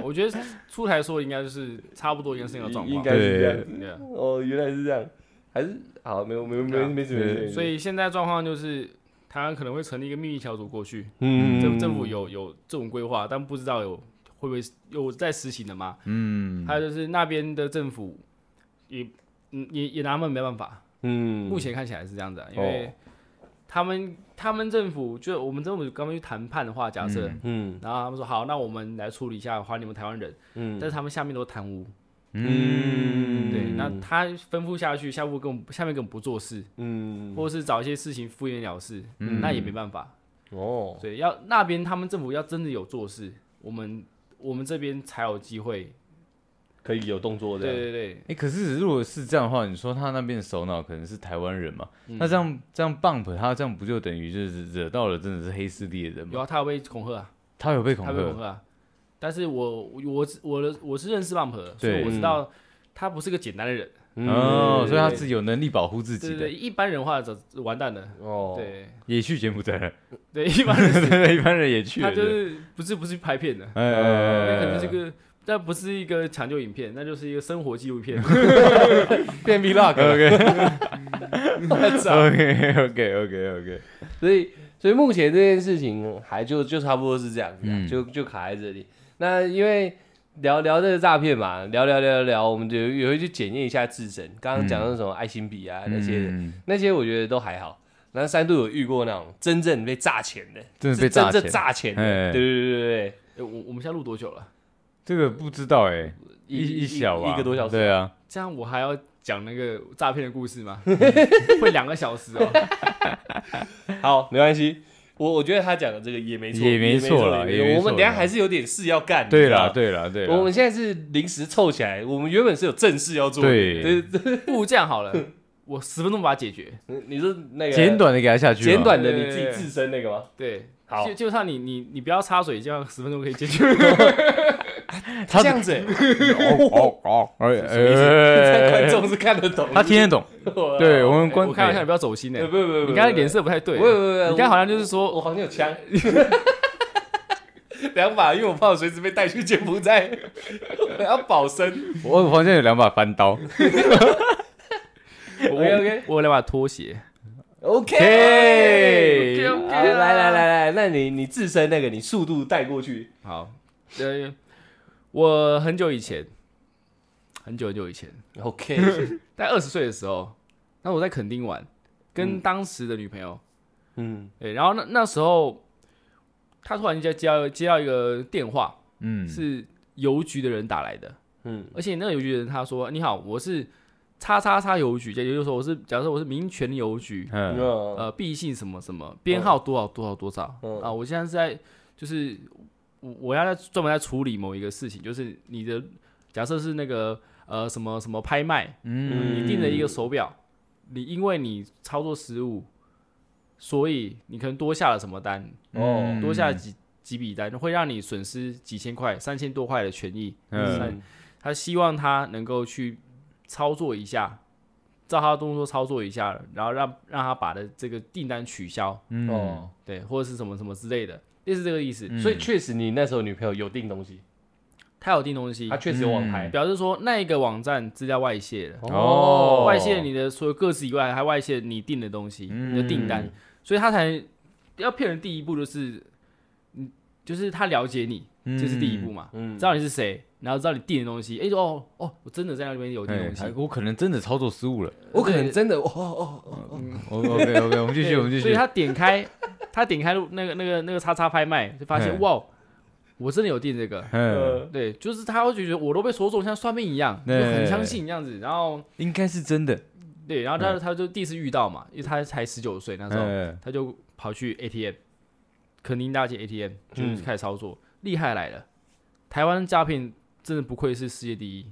我觉得出台说应该就是差不多应该是那个状
应
况，
该是这样子。
对啊
哦，原来是这样，还是好，没有没有没
对啊
没没事没事。
所以现在状况就是台湾可能会成立一个秘密小组过去，
嗯
政政府有有这种规划，但不知道有会不会有在实行的吗？嗯，还有就是那边的政府也嗯也也拿他们没办法，
嗯哦
目前看起来是这样子、啊，因为他们他们政府就我们政府跟他们去谈判的话，假设、
嗯
然后他们说好，那我们来处理一下，还你们台湾人，但
嗯
是他们下面都贪污，
嗯
对，那他吩咐下去，下部更下面更不做事，
嗯
或者是找一些事情敷衍了事，那也没办法，
哦
所以要那边他们政府要真的有做事，我们我们这边才有机会。
可以有动作
对
的，
对对，
哎、可是如果是这样的话，你说他那边的首脑可能是台湾人嘛？那这样这样 bump 他这样不就等于就是惹到了真的是黑势力的人
有
吗？
啊，他有被恐吓啊，
他有被恐
他被恐
吓，哦
吓啊。但是我我我的我是认识 Bump 的，所
对
以我知道他不是个简单的人。
嗯
哦，所以他
对
自己有能力保护自
对
己
对
的，
对，一般人话早完蛋了。
哦，
对
也去柬埔寨了，
对，一般 人
一般人也去
他
了，
就
对
是不是不是拍片的，
哎哎哎
那可
哎
能
哎
是个。那不是一个抢救影片，那就是一个生活纪录片。
变 vlog 了
OK
我操
OK OK OK OK，
所以，所以目前这件事情还就就差不多是这样子、啊，
嗯
就就卡在这里。那因为聊聊这个诈骗嘛，聊聊聊聊聊，我们就也会去检验一下自身。刚刚讲的那什么爱心笔啊、那些的，
嗯
那些我觉得都还好。那三度有遇过那种真正被诈钱的，
真的
是
被
真
诈
正
钱，
诈钱的，对
哎
对对对对，
诶我我们现在录多久了？
这个不知道哎、一
一
一小吧，
一个多小时，
对啊，
这样我还要讲那个诈骗的故事吗？会两个小时哦。
好，没关系。我我觉得他讲的这个也没错，
也没错啦
了。
也没
我
错
们等一下
啦
还是有点事要干。
对
了
啦，对啦对啊
我们
啦，
现在是临时凑起来，我们原本是有正事要做的。
对
对对，
不如这样好了，我十分钟把它解决。
你说那个
简短的给他下去吧，
简短的
对
你
对
自己
对
自身那个吗？
对，
好
基基本上你你你不要插嘴，这样十分钟可以解决。
他这样子欸，
哦哦，哎
但观
哎，
众是看得懂，
他听得懂，
我
对我们
哎
观，
我开玩笑，
哎
你不要走心哎、
呃不不不，
你刚才
不
脸色不太对，
不不不，
你刚才好像就是
我
说，
我好像有枪， 两把，因为我怕我随时被带去柬埔寨， 我要保身。
我房间有两把翻刀，
我
OK，OK
我有两把拖鞋，
OK，好
OK，OK
来来来来，那你你自身那个你速度带过去，
好，呃，我很久以前，很久很久以前，
OK，
在二十岁的时候，那我在垦丁玩，跟当时的女朋友，
嗯
对，然后那那时候，她突然间接到接到一个电话，
嗯，
是邮局的人打来的，
嗯
而且那个邮局的人他说：“你好，我是叉叉叉邮局，也就是说我是，假如说我是民权邮局，
嗯
嗯
呃，毕姓什么什么，编号多少多少多少、
嗯
啊，我现在是在就是我我要在专门在处理某一个事情，就是你的假设是那个呃什么什么拍卖，
嗯
你订了一个手表，你因为你操作失误，所以你可能多下了什么单，
哦
多下了几几笔单，会让你损失几千块、三千多块的权益。
嗯
三他希望他能够去操作一下，照他的动作操作一下，然后让让他把的这个订单取消，
嗯
哦，
对，或者是什么什么之类的，类似这个意思。
所以确实你那时候女朋友有订东西，
他有订东西
她，确实有网拍
表示说那一个网站资料外泄了，
哦
外泄你的所有个资以外，还外泄你订的东西，你的订单，所以他才要骗人。第一步就是，嗯，就是他了解你，这是第一步嘛，
嗯
知道你是谁，然后知道你订的东西，哎、哦哦，我真的在那边有订
哎
东西，
我可能真的操作失 误了。
我可能真的哦哦哦，
OK OK，我们继续，
对
我们继
所以
续。
他点开， 他点开那个那个那个叉叉拍卖，就发现
嗯
哇，我真的有订这个。
嗯，
呃
对，就是他会觉得我都被说中，像算命一样，就
对
很相信这样子。然后
应该是真的。
对，然后他他就第一次遇到嘛，因为他才十九岁那时候，
嗯，
他就跑去 ATM，肯丁大街 ATM
嗯
就是开始操作，厉害来了。台湾诈骗真的不愧是世界第一，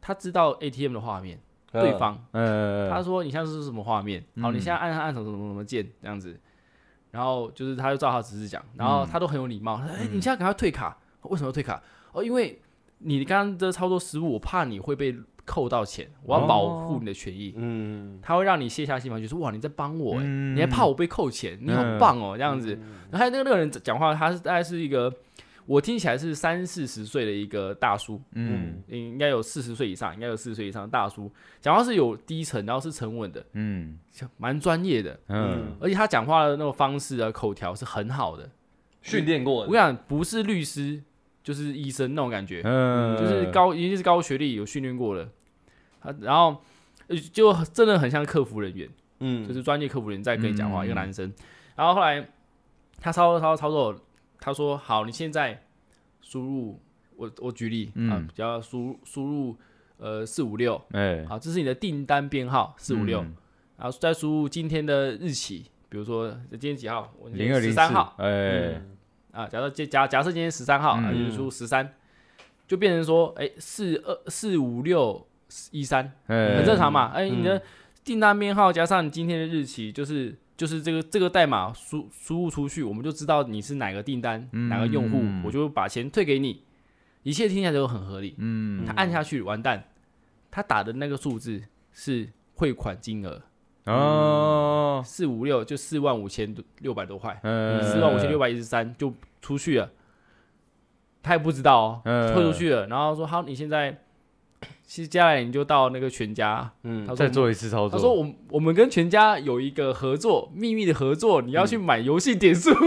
他知道 ATM 的画面，
嗯
对方他
呃，
说你现在是什么画面？好，你现在
嗯
按按什么什么什么键这样子，然后就是他就照他指示讲，然
嗯
后他都很有礼貌，他说：“哎，你现在赶快退卡，为什么要退卡？哦，因为你刚刚的操作失误，我怕你会被扣到钱，我要保
哦
护你的权益。
嗯
他会让你卸下心防，就是哇，你在帮我哎、
嗯
你还怕我被扣钱，你好棒哦、这样子。然后还有那个那个人讲话，他是大概是一个，我听起来是三四十岁的一个大叔，
嗯
应该有四十岁以上，应该有四十岁以上的大叔，讲话是有低沉，然后是沉稳的，
嗯
蛮专业的，
嗯，
而且他讲话的那种方式啊、口条是很好的。
训练过
我跟你讲，不是律师就是医生那种感觉，
嗯，
就是高一定是高学历有训练过的，啊，然后呃就真的很像客服人员。
嗯
就是专业客服人在跟你讲话，
嗯
一个男生。然后后来他操作操作操作，他说：“好，你现在输入我我举例、啊，比较输输入呃四五六
哎，
好，这是你的订单编号四五
嗯
六，然后再输入今天的日期，比如说呃今天几号？我
零二零
十三号，
哎，
啊。假设今假假设今天十三号，啊，
嗯
就是输入十三，就变成说哎四二四五六一三。很正常嘛。哎、你的订单编号加上你今天的日期，就是就是这个这个代码输输入出去，我们就知道你是哪个订单、哪个用户，我就把钱退给你。一切听起来都很合理。嗯，他按下去，完蛋，他打的那个数字是汇款金额
哦，
四五六，就四万五千六百多块，
嗯，
四万五千六百一十三就出去了。他也不知道哦，
嗯
退出去了，然后说好，你现在，其实接下来你就到那个全家，
嗯
他说
再做一次操
他说
作。
我们我们跟全家有一个合作，秘密的合作，你要去买游戏 点数。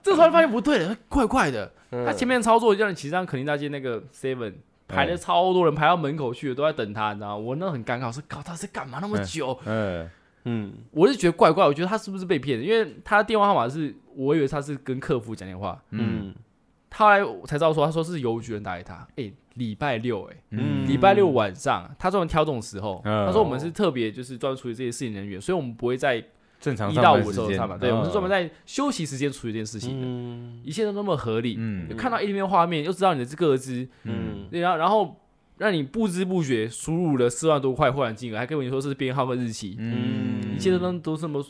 这突然发现不对了，怪怪的。
嗯
他前面操作让你骑上肯尼大街那个 Seven 排了超多人，排到门口去了，都在等他，你知道吗？我那很尴尬，我说靠，他是干嘛那么久？
嗯
嗯
我就觉得怪怪，我觉得他是不是被骗的？因为他电话号码是，我以为他是跟客服讲电话，
嗯
他后来我才知道说，他说是邮局人打给他。哎、礼拜六、哎。
嗯
礼拜六晚上，他专门挑这种时候。
嗯
他说我们是特别就是专门处理这些事情的人员，所以我们不会在一
正常
到五的时候
间
上班，对，我们是专门在休息时间处理这件事情的，
嗯
一切都那么合理。
嗯
就看到一面画面，又知道你的个资，
嗯
对然后然后让你不知不觉输入了四万多块汇款金额，还跟你说是编号跟日期，
嗯
一切都都这么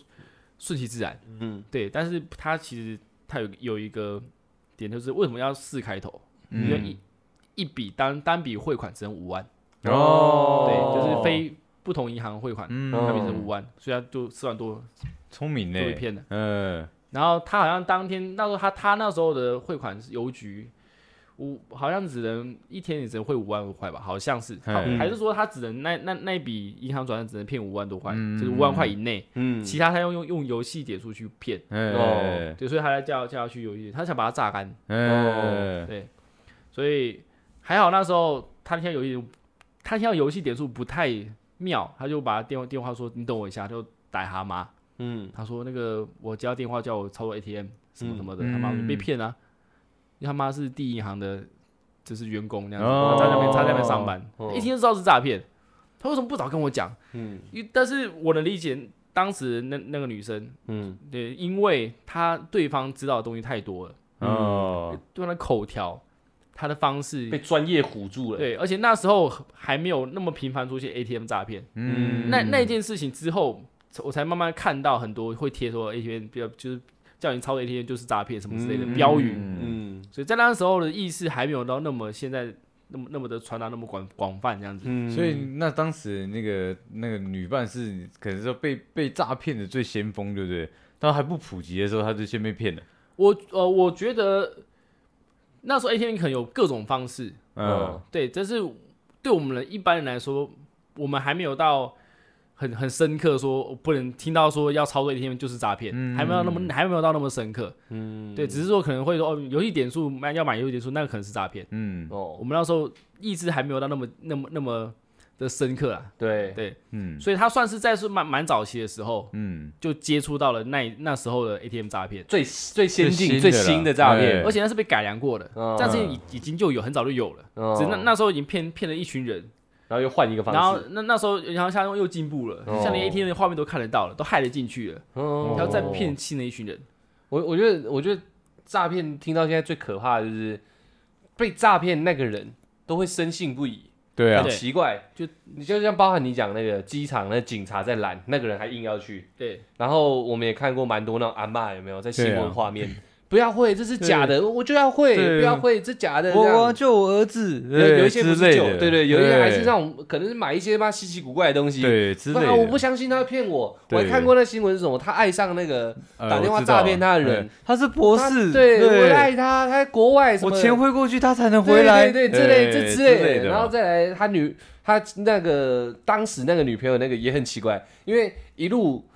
顺其自然。
嗯
对，但是他其实他有有一个点，就是为什么要四开头？你就
嗯
一一笔单单笔汇款只能五万，对，
哦
就是非不同银行汇款，
嗯
它变成五万，所以它就四万多
聪明
就被
呢，
骗了。
嗯，
然后他好像当天那时候他他那时候的汇款是邮局，五好像只能一天也只能汇五万多块吧，好像是，好
嗯
还是说他只能那那那一笔银行转账只能骗五万多块，就是五万块以内，
嗯，
其他他用用用游戏点数去骗，
哎
对，所以他才叫叫他去游戏点，他想把他榨干，
哎，
对，所以还好那时候他那天游戏点数他现在游戏点数不太妙，他就把电话电话说你等我一下，就打给他妈，
嗯
他说那个我接到电话叫我操作 ATM 什么什么的，
嗯
他妈
嗯
被骗啊，因为他妈是第一银行的，就是员工那样子，
哦
他在那边他在那边上班，
哦
一听就知道是诈骗，他为什么不早跟我讲？
嗯
因为但是我能理解当时那那个女生，
嗯
对，因为她对方知道的东西太多了，
哦，
对方的口条，她的方式
被。专业唬住了，
对，而且那时候还没有那么频繁出现 ATM 诈骗，
嗯
那那件事情之后，我才慢慢看到很多会贴说 ATM 比较就是叫你抄 ATM 就是诈骗什么之类的
嗯
标语，
嗯
嗯
所以在那时候的意识还没有到那么现在那么那么的传达那么广广泛这样子。
嗯
所以那当时那个那个女伴是可能说被被诈骗的最先锋，对不对？当还不普及的时候，她就先被骗了。
我呃，我觉得那时候 ATM 可能有各种方式，
嗯，
对，但是对我们人一般人来说，我们还没有到。很很深刻说，我不能听到说要操作 ATM 就是诈骗，还没有那么还没有到那么深刻，
嗯
对，只是说可能会说哦，游戏点数买要买游戏点数，那个可能是诈骗。
嗯
我
哦
们那时候意志还没有到那么、那么、那么的深刻啊，
对
对，
嗯
所以他算是在是蛮蛮早期的时候
嗯，
就接触到了那那时候的 ATM 诈骗，
最最先进最
最新的啦
新的诈
对
骗，
而且那是被改良过的，
嗯
但是已已经就有，很早就有了，
哦
只是那那时候已经骗骗了一群人，
然后又换一个方式，
然后那那时候然后像又进步了，
哦
像连 ATM 的画面都看得到了，都害得进去了，
哦
然后再骗新的一群人，
我我觉得，我觉得诈骗听到现在最可怕的就是被诈骗那个人都会深信不疑，
对啊
很，奇怪。
就
你就像包含你讲那个机场那警察在拦，那个人还硬要去。
对，
然后我们也看过蛮多那种阿嬷有没有在新
对啊
闻画面，不要会，这是假的，我就要会，
对
不要会，这假的。
我
这样
我要救我儿子，
有
对
有一些不
之类
是酒，
的，
对对，有一些还是那种可能是买一些嘛稀奇古怪的东西。
对之
不
类
然
的。
我不相信他会骗我。我还
对
看过那新闻是什么，他爱上那个
呃
打电话
我知道啊哎
诈骗他的人
对他是博士，
他对我爱他，他在国外什么
我
的，
钱汇过去，他才能
对
回来，
对对，之类
哎
这之
之
类的，
的，
然后再来他女他那个当时那个女朋友那个也很奇怪，因为一路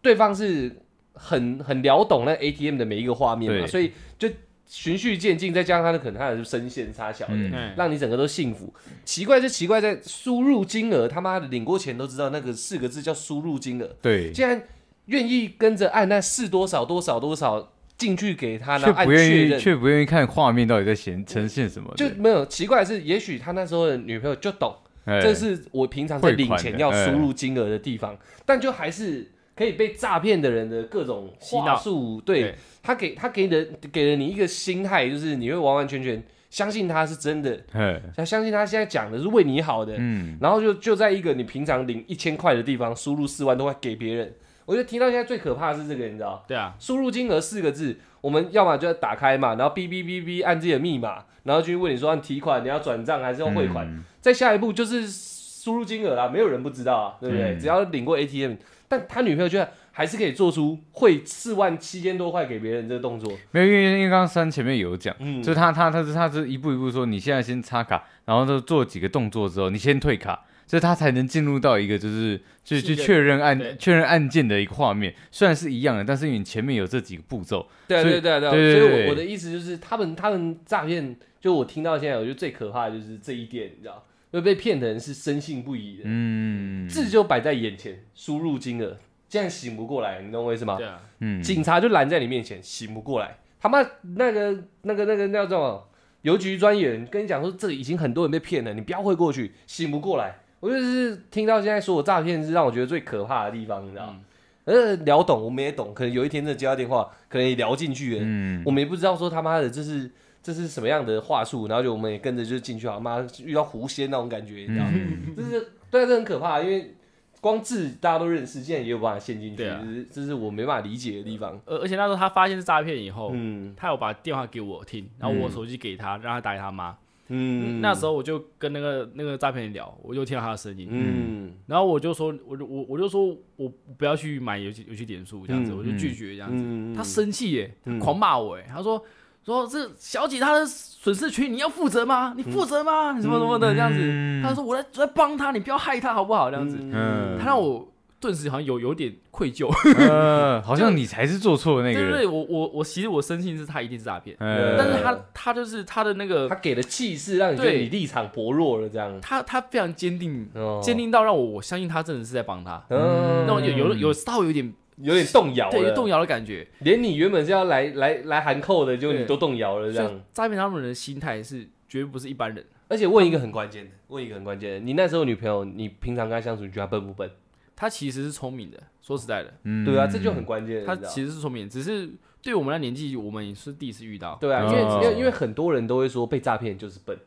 对方是很很了懂那 ATM 的每一个画面嘛，
对
所以就循序渐进，再加上他的可能他的声线差小的。
嗯
嗯，
让你整个都幸福，奇怪就奇怪在输入金额，他妈的领过钱都知道那个四个字叫输入金额，
对，
竟然愿意跟着按那是多少多少多少进去给他，然
却
后按
不
确
愿意，
认，
却不愿意看画面到底在显呈现什么，
就没有奇怪的是，也许他那时候的女朋友就懂，这
这
是我平常在
汇
领
款
钱
的
要
哎
输入金额的地方，但就还是可以被诈骗的人的各种
洗
话
脑
术，对
对
他给他给的给了你一个心态，就是你会完完全全相信他是真的，
哎
要相信他现在讲的是为你好的，
嗯，
然后就就在一个你平常领一千块的地方输入四万多块给别人，我觉得听到现在最可怕的是这个，你知道。
对啊，
输入金额四个字，我们要么就要打开嘛，然后哔哔哔哔按自己的密码，然后去问你说按提款，你要转账还是要汇款？
嗯
再下一步就是输入金额啦，没有人不知道啊，对不对？
嗯
只要领过 ATM，但他女朋友居然还是可以做出汇四万七千多块给别人这个动作，
没有，因为因为刚刚三前面有讲，
嗯
就他他他是他是一步一步说，你现在先插卡，然后就做几个动作之后，你先退卡，所以他才能进入到一个就是就就
信任
确认
对
按确认按键的一个画面，虽然是一样的，但是你前面有这几个步骤，
对啊
所
对
以
啊对啊对啊，
对
所
对
以
对
我我的意思就是，他们他们诈骗，就我听到现在，我觉得最可怕的就是这一点，你知道，因为被骗的人是深信不疑的，
嗯
字就摆在眼前，输入金额，这样醒不过来，你懂我意思吗？
对啊，
嗯
警察就拦在你面前，醒不过来。他妈那个那个那个那叫什么？邮局专员跟你讲说，这已经很多人被骗了，你不要汇过去，醒不过来。我就是听到现在所有诈骗是让我觉得最可怕的地方，你知道
嗯
吗？呃，聊懂我们也懂，可能有一天这接到电话，可能也聊进去了，
嗯
我们也不知道说他妈的这是这是什么样的话术，然后就啊我们也跟着就进去，好妈遇到狐仙那种感觉，你知道吗？
嗯
就是对啊，这很可怕，因为光字大家都认识，竟然也有办法陷进去，
对啊
这是这是我没办法理解的地方。
而而且那时候他发现是诈骗以后，
嗯
他有把电话给我听，然后我手机给他，让他打给他妈。
嗯，
那时候我就跟那个那个诈骗人聊，我就听到他的声音，
嗯
然后我就说，我就我我就说我不要去买游戏游戏点数这样子，
嗯
我就拒绝这样子。
嗯，
他生气耶，他
嗯
狂骂我耶，他说说这小姐她的损失群你要负责吗？你负责吗？你什么什么的这样子。
嗯
他说我来我来帮他，你不要害他好不好？这样子，
嗯
他让我顿时好像有有点愧疚。
呃，好像你才是做错的那
对
个
对
人。
对，我我我其实我深信是他一定是诈骗，
嗯
呃
但是他他就是他的那个
他给的气势让你觉得
对
你立场薄弱了，这样
他他非常坚定，
哦
坚定到让我我相信他真的是在帮他，
嗯，
让我有有有稍微有点
有点动摇
对
了，
动摇的感觉。
连你原本是要来来来函扣的，就你
对
都动摇了，这
所
样
以。诈骗他们的心态是绝对不是一般人，
而且问一个很关键的，问一个很关键的，你那时候女朋友，你平常跟她相处，你觉得她笨不笨？
他其实是聪明的。说实在的，
嗯
对啊，这就很关键。
他
你知道
其实是聪明的，只是对我们那年纪，我们也是第一次遇到。
对啊，因
嗯
为因为因为很多人都会说被诈骗就是笨，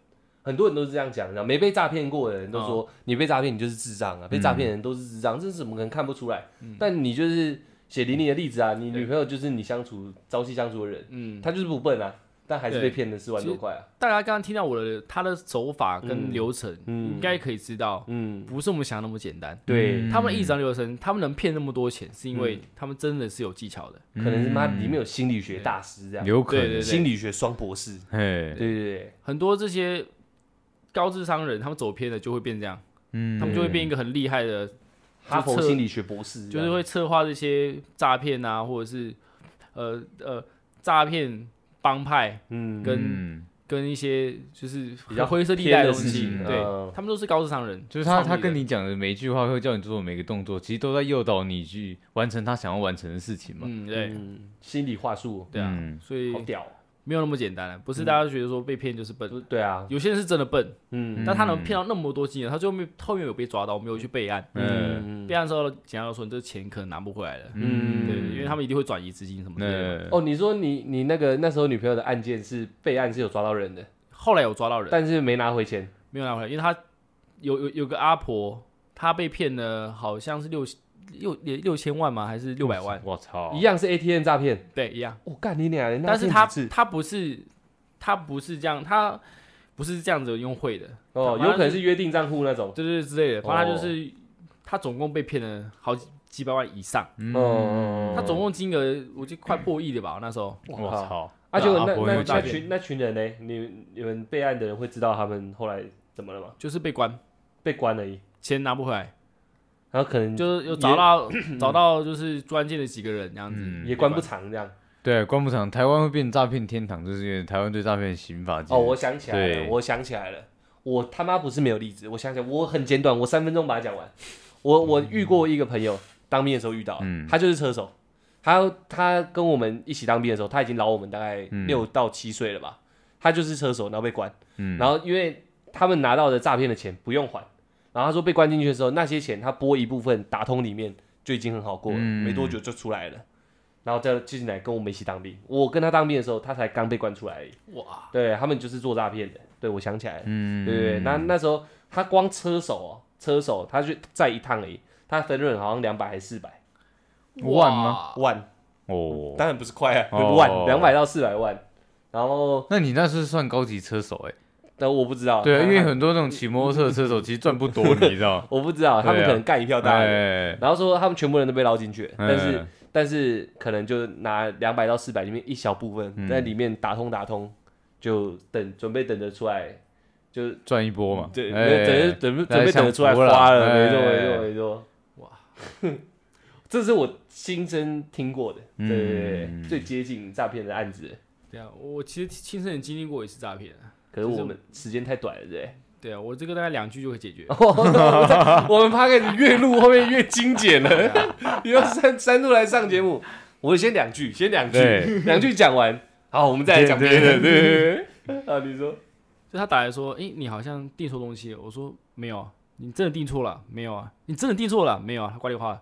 很多人都是这样讲的，没被诈骗过的人都
嗯
说你被诈骗你就是智障啊，被诈骗的人都是智障，这是怎么可能看不出来？
嗯
但你就是血淋淋的例子啊，你女朋友就是你相处朝夕相处的人，
嗯，
她就是不笨啊，但还是被骗了四万多块啊，
大家刚刚听到我的他的手法跟流程，
嗯
应该可以知道，
嗯，
不是我们想的那么简单。
对，嗯
嗯
他们一张流程，他们能骗那么多钱，是因为他们真的是有技巧的。
可能是妈里面有心理学大师这样，
有可
嗯对
能
对，
心
对，
理学双博士，
哎
对，对对，
很多这些高智商人，他们走偏了就会变这样，
嗯
他们就会变一个很厉害的，
嗯哈佛
测
心理学博士这
就
样，
是会策划这些诈骗啊，或者是呃呃诈骗帮派
嗯
跟
嗯
跟一些就是
比较
灰色地
偏
带
的
东
事
西
情，
对
嗯，
他们都是高智商人，
就是他，他
创立的
跟你讲的每一句话，会叫你做的每个动作，其实都在诱导你去完成他想要完成的事情嘛。
嗯对
嗯心理话术，
对啊，
嗯
所以
好屌哦，
没有那么简单啊了，不
嗯
是大家觉得说被骗就是笨，
对啊，
有些人是真的笨，
嗯。
但他能骗到那么多金额，他最后面后面有被抓到，我们有去备案，
嗯
嗯
备案之后检察官说你这钱可能拿不回来了，
嗯
对，因为他们一定会转移资金什么之类的。
那
哦，你说你你那个那时候女朋友的案件是备案是有抓到人的，
后来有抓到人，
但是没拿回钱。
没有拿回来，因为他有有有个阿婆，她被骗了，好像是六六六六千万吗？还是六百万？
我操
哦
一，样是 ATM 诈骗。
对，一样。
我、哦、干你俩！人家
但是
骗
他
几次
他不是他不是这样，他不是这样子用会的，
哦，
他
有可能是约定账户那种。
对对对之类的。
哦
反正他就是、他总共被骗了好几几百万以上，
嗯，
他总共金额我记得快破亿了吧那时候。
我操，
啊，结果
啊
那
不会
那
有
那
诈
群那群人呢？你你们备案的人会知道他们后来怎么了吗？
就是被关，
被关而已，
钱拿不回来，
然后可
嗯
能就
就是有 找到找到就是关键的几个人这样子，
嗯
也关不长这样。
对，关不长，台湾会变诈骗天堂，就是因为台湾对诈骗的刑法其实
哦，我想起来了，
对
我想起来了，我他妈不是没有例子，我想起来，我很简短，我三分钟把它讲完。我我遇过一个朋友，当兵的时候遇到，
嗯
他就是车手，他他跟我们一起当兵的时候，他已经老我们大概
嗯
六到七岁了吧，他就是车手，然后被关，
嗯
然后因为他们拿到的诈骗的钱不用还，然后他说被关进去的时候，那些钱他拨一部分打通里面就已经很好过了，
嗯
没多久就出来了。然后再进来跟我们一起当兵，我跟他当兵的时候，他才刚被关出来而已。
哇，
对他们就是做诈骗的。对，我想起来了，
嗯
对对对，那那时候他光车手哦，车手他去载一趟而已，他分润好像两百还是四百
啊万吗？
万，
哦，
当然不是块啊，
哦
万两百到四百万。然后，
那你那是算高级车手哎，
但我不知道，
对啊，
他？
因为很多那种骑摩托车的车手其实赚不多， 你知道
我不知道，他们
对啊
可能干一票大人。
哎，
然后说他们全部人都被捞进去，但是
嗯
但是可能就拿两百到四百里面一小部分
嗯
在里面打通打通，就等准备等着出来，就
赚一波嘛，
对，
哎
等着等着
大家
准备等着
享
出来
福了
花了，没错
哎
没错没错。
哇，
这是我亲身听过的，对
嗯
对对，最接近诈骗的案子。
对啊，我其实亲身也经历过一次诈骗啊，
可是我们时间太短了，对
对啊，我这个大概两句就可以解决。
哦
不对？我们 p o d 越录后面越精简了， 以后三三度来上节目，我先两句，先两句
对，
两句讲完，好，我们再来讲别的。对对 对，啊，你说，
就他打来说：“诶，你好像订错东西了。”我说：“没有啊，你真的订错了？没有啊，你真的订错了？没有啊。”他挂电话了。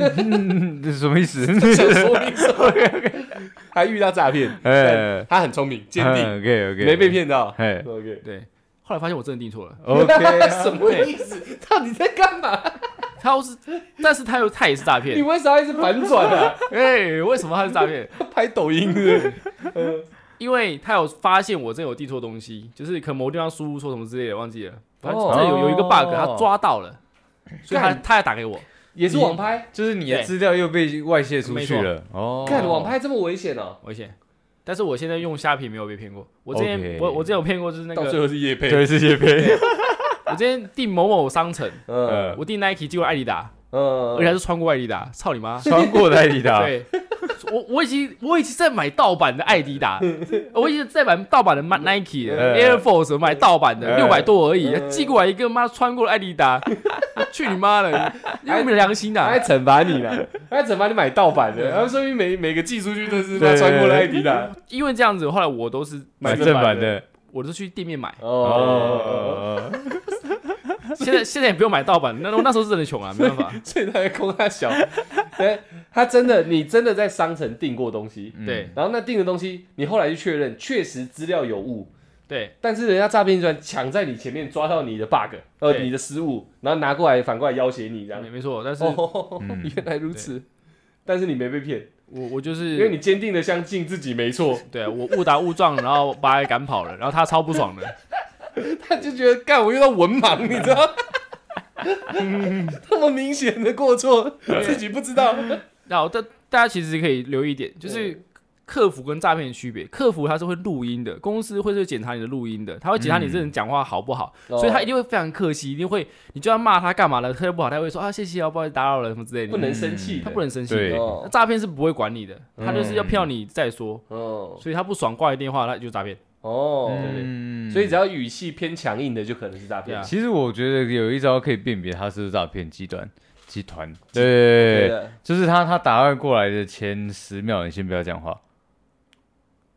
嗯这是什么意 思？
想说明什么？ 还遇到诈骗，
哎
但他很聪明， 坚定，
，OK OK，
没被骗到。
哎
OK，
对，后来发现我真的订错了。
，OK，
什么意思？到底在干嘛？
他要是， 但是他又他也是诈
你
骗，
为啥一直反转啊？
哎、为什么他是诈骗？
拍抖音是不是？
因为他有发现我真有递错东西，就是可能某地方输入错什么之类的，忘记了。反正
哦
这有有一个 bug，他抓到了，所以他
干
他要打给我。
也是网拍，
就是你的
对
资料又被外泄出去了哦。
看网拍这么危险哦，
危险。但是我现在用虾皮没有被骗过，我之前
OK
我我之前有骗过，就是那个
后是夜配
对，是叶片，
我之前订某某商城，
嗯
呃，
我订 Nike 结果艾迪达，而且还
嗯，
是穿过艾迪达，操你妈！
穿过的艾啊迪
啊
达，
对，我我已经我已经在买盗版的艾 迪达，我已经在买盗版的
嗯
Nike 的
呃
Air Force，我买盗版的
呃
六百多而已
呃，
寄过来一个妈穿过的艾 迪达，去你妈的，有没有良 心
他
啊
还？惩罚你呢， 他还惩罚你买盗版的，然后说明每每个寄出去都是他
对
穿过了艾迪达，
因为这样子，后来我都是
买
正
正版，的
我都是去店面买。
哦，
哦。
现在现在也不用买盗版，那那那时候是真的穷啊， 没办法。
所以他在空他小， 哎，他真的，你真的在商城订过东西，
嗯
对
然后那订的东西，你后来去确认，确实资料有误，
对，
但是人家诈骗集团抢在你前面抓到你的 bug，呃，
对
你的失误，然后拿过来反过来要挟你这样
没。没错，但是我
哦， 原来如此，但是你没被骗，
我就是
因为你坚定的相信自己没错，
对啊我误打误撞，然后把他给赶跑了，然后他超不爽的。
他就觉得干我遇到文盲， 你知道。这么明显的过错，自己不知道。
然后大大家其实可以留意一点，就是客服跟诈骗的区别。客服他是会录音的，公司会去检查你的录音的，他会检查你这人讲话好不好，
哦
所以他一定会非常客气，一定会你就要骂他干嘛了，他又不好，他会说啊谢谢啊，不好意思打扰了什么之类的，嗯
不能生气的，
他不能生气。
对
那
哦
诈骗是不会管你的，他就是要骗到你再说，
哦
所以他不爽挂你电话，他就是诈骗。
哦，
嗯
所以只要语气偏强硬的，就可能是诈骗
对啊。
其实我觉得有一招可以辨别他是不是诈骗集团集团，
对
对，
的，
就是他他打电话过来的前十秒，你先不要讲话，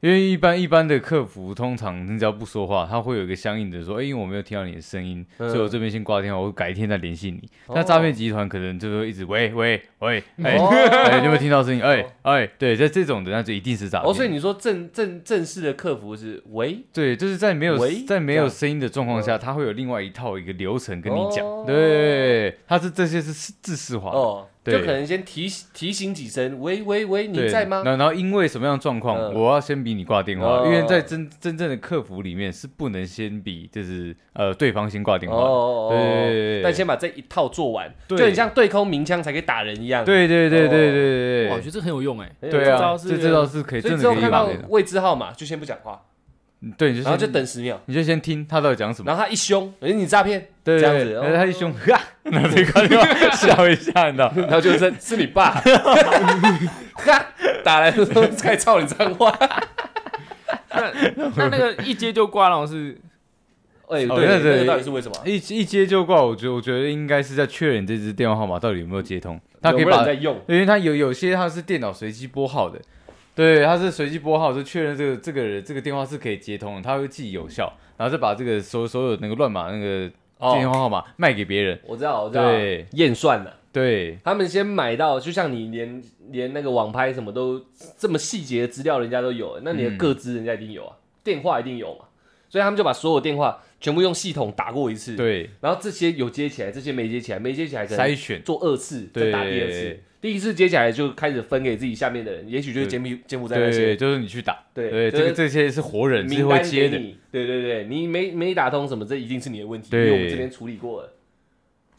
因为一般一般的客服通常你只要不说话，他会有一个相应的说，哎、因为我没有听到你的声音，
嗯
所以我这边先挂电话，我改天再联系你。
哦
那诈骗集团可能就会一直喂喂喂，哎、
哦
哎、你有没有听到声音？哎、哎、对，在这种的那就一定是诈骗。
哦，所以你说正正正式的客服是喂，
对，就是在没有
喂
在没
这
有
样
声音的状况下，他会有另外一套一个流程跟你讲。
哦
对，他是这些是是自式化的。
哦，就
对
可能先提醒提醒几声，喂喂喂，
对
你在吗？
然后然后因为什么样的状况，
嗯
我要先比你挂电话，
哦
因为在真真正的客服里面是不能先比，就是呃对方先挂电
哦
话的。
哦哦
对，
但先把这一套做完，就
对
很像对空鸣枪才可以打人一样。，
对对对对对
哇，我
对
觉得这很有用哎，
哎
对，对
这
啊，
招是
这这招是可以
所以
真
之
的
后
可以
看
把
到
那个，
未知号码就先不讲话，
对，你就
然后就
先嗯
等十秒，
你就先听他到底讲什么，
然后他一凶，哎，你诈 骗，
对
这样
对
子
对
哦
然后他一凶，哈，然后就挂电话笑一下，你知道。
然后就说是你 爸，哈，打来的时候开始操你脏话，
那那那个一接就挂，然后是
哎，对，
哦
那
对对
个到底是为什么？
一一接就挂，我觉得我觉得应该是在确认这支电话号码到底有没有接通，他可以
有没有人
把，
在
因
用？
为他有有些他是电脑随机拨号的，对，他是随机拨号，是确认这个这个人这个电话是可以接通的，他会记有效，然后再把这个所所有那个乱码那个
哦
电话号码卖给别人，
我知道，我知道
对，
验算了。
对，
他们先买到，就像你连连那个网拍什么都这么细节的资料，人家都有，那你的个资人家一定有啊，电话一定有嘛，所以他们就把所有电话全部用系统打过一次，，
对，
然后这些有接起来，这些没接起来，没接起来可
筛
能
选，
做二次，再
对
打第二次，第一次接起来就开始分给自己下面的人，也许就是
对
柬埔柬埔寨那
对，
些，
就是你去打，
对
对，
就是
这个这些是活人是
名
会
单给
接的，
你，对对对，你没没打通什么，这一定是你的问题，因
对
为我们这边处理过了，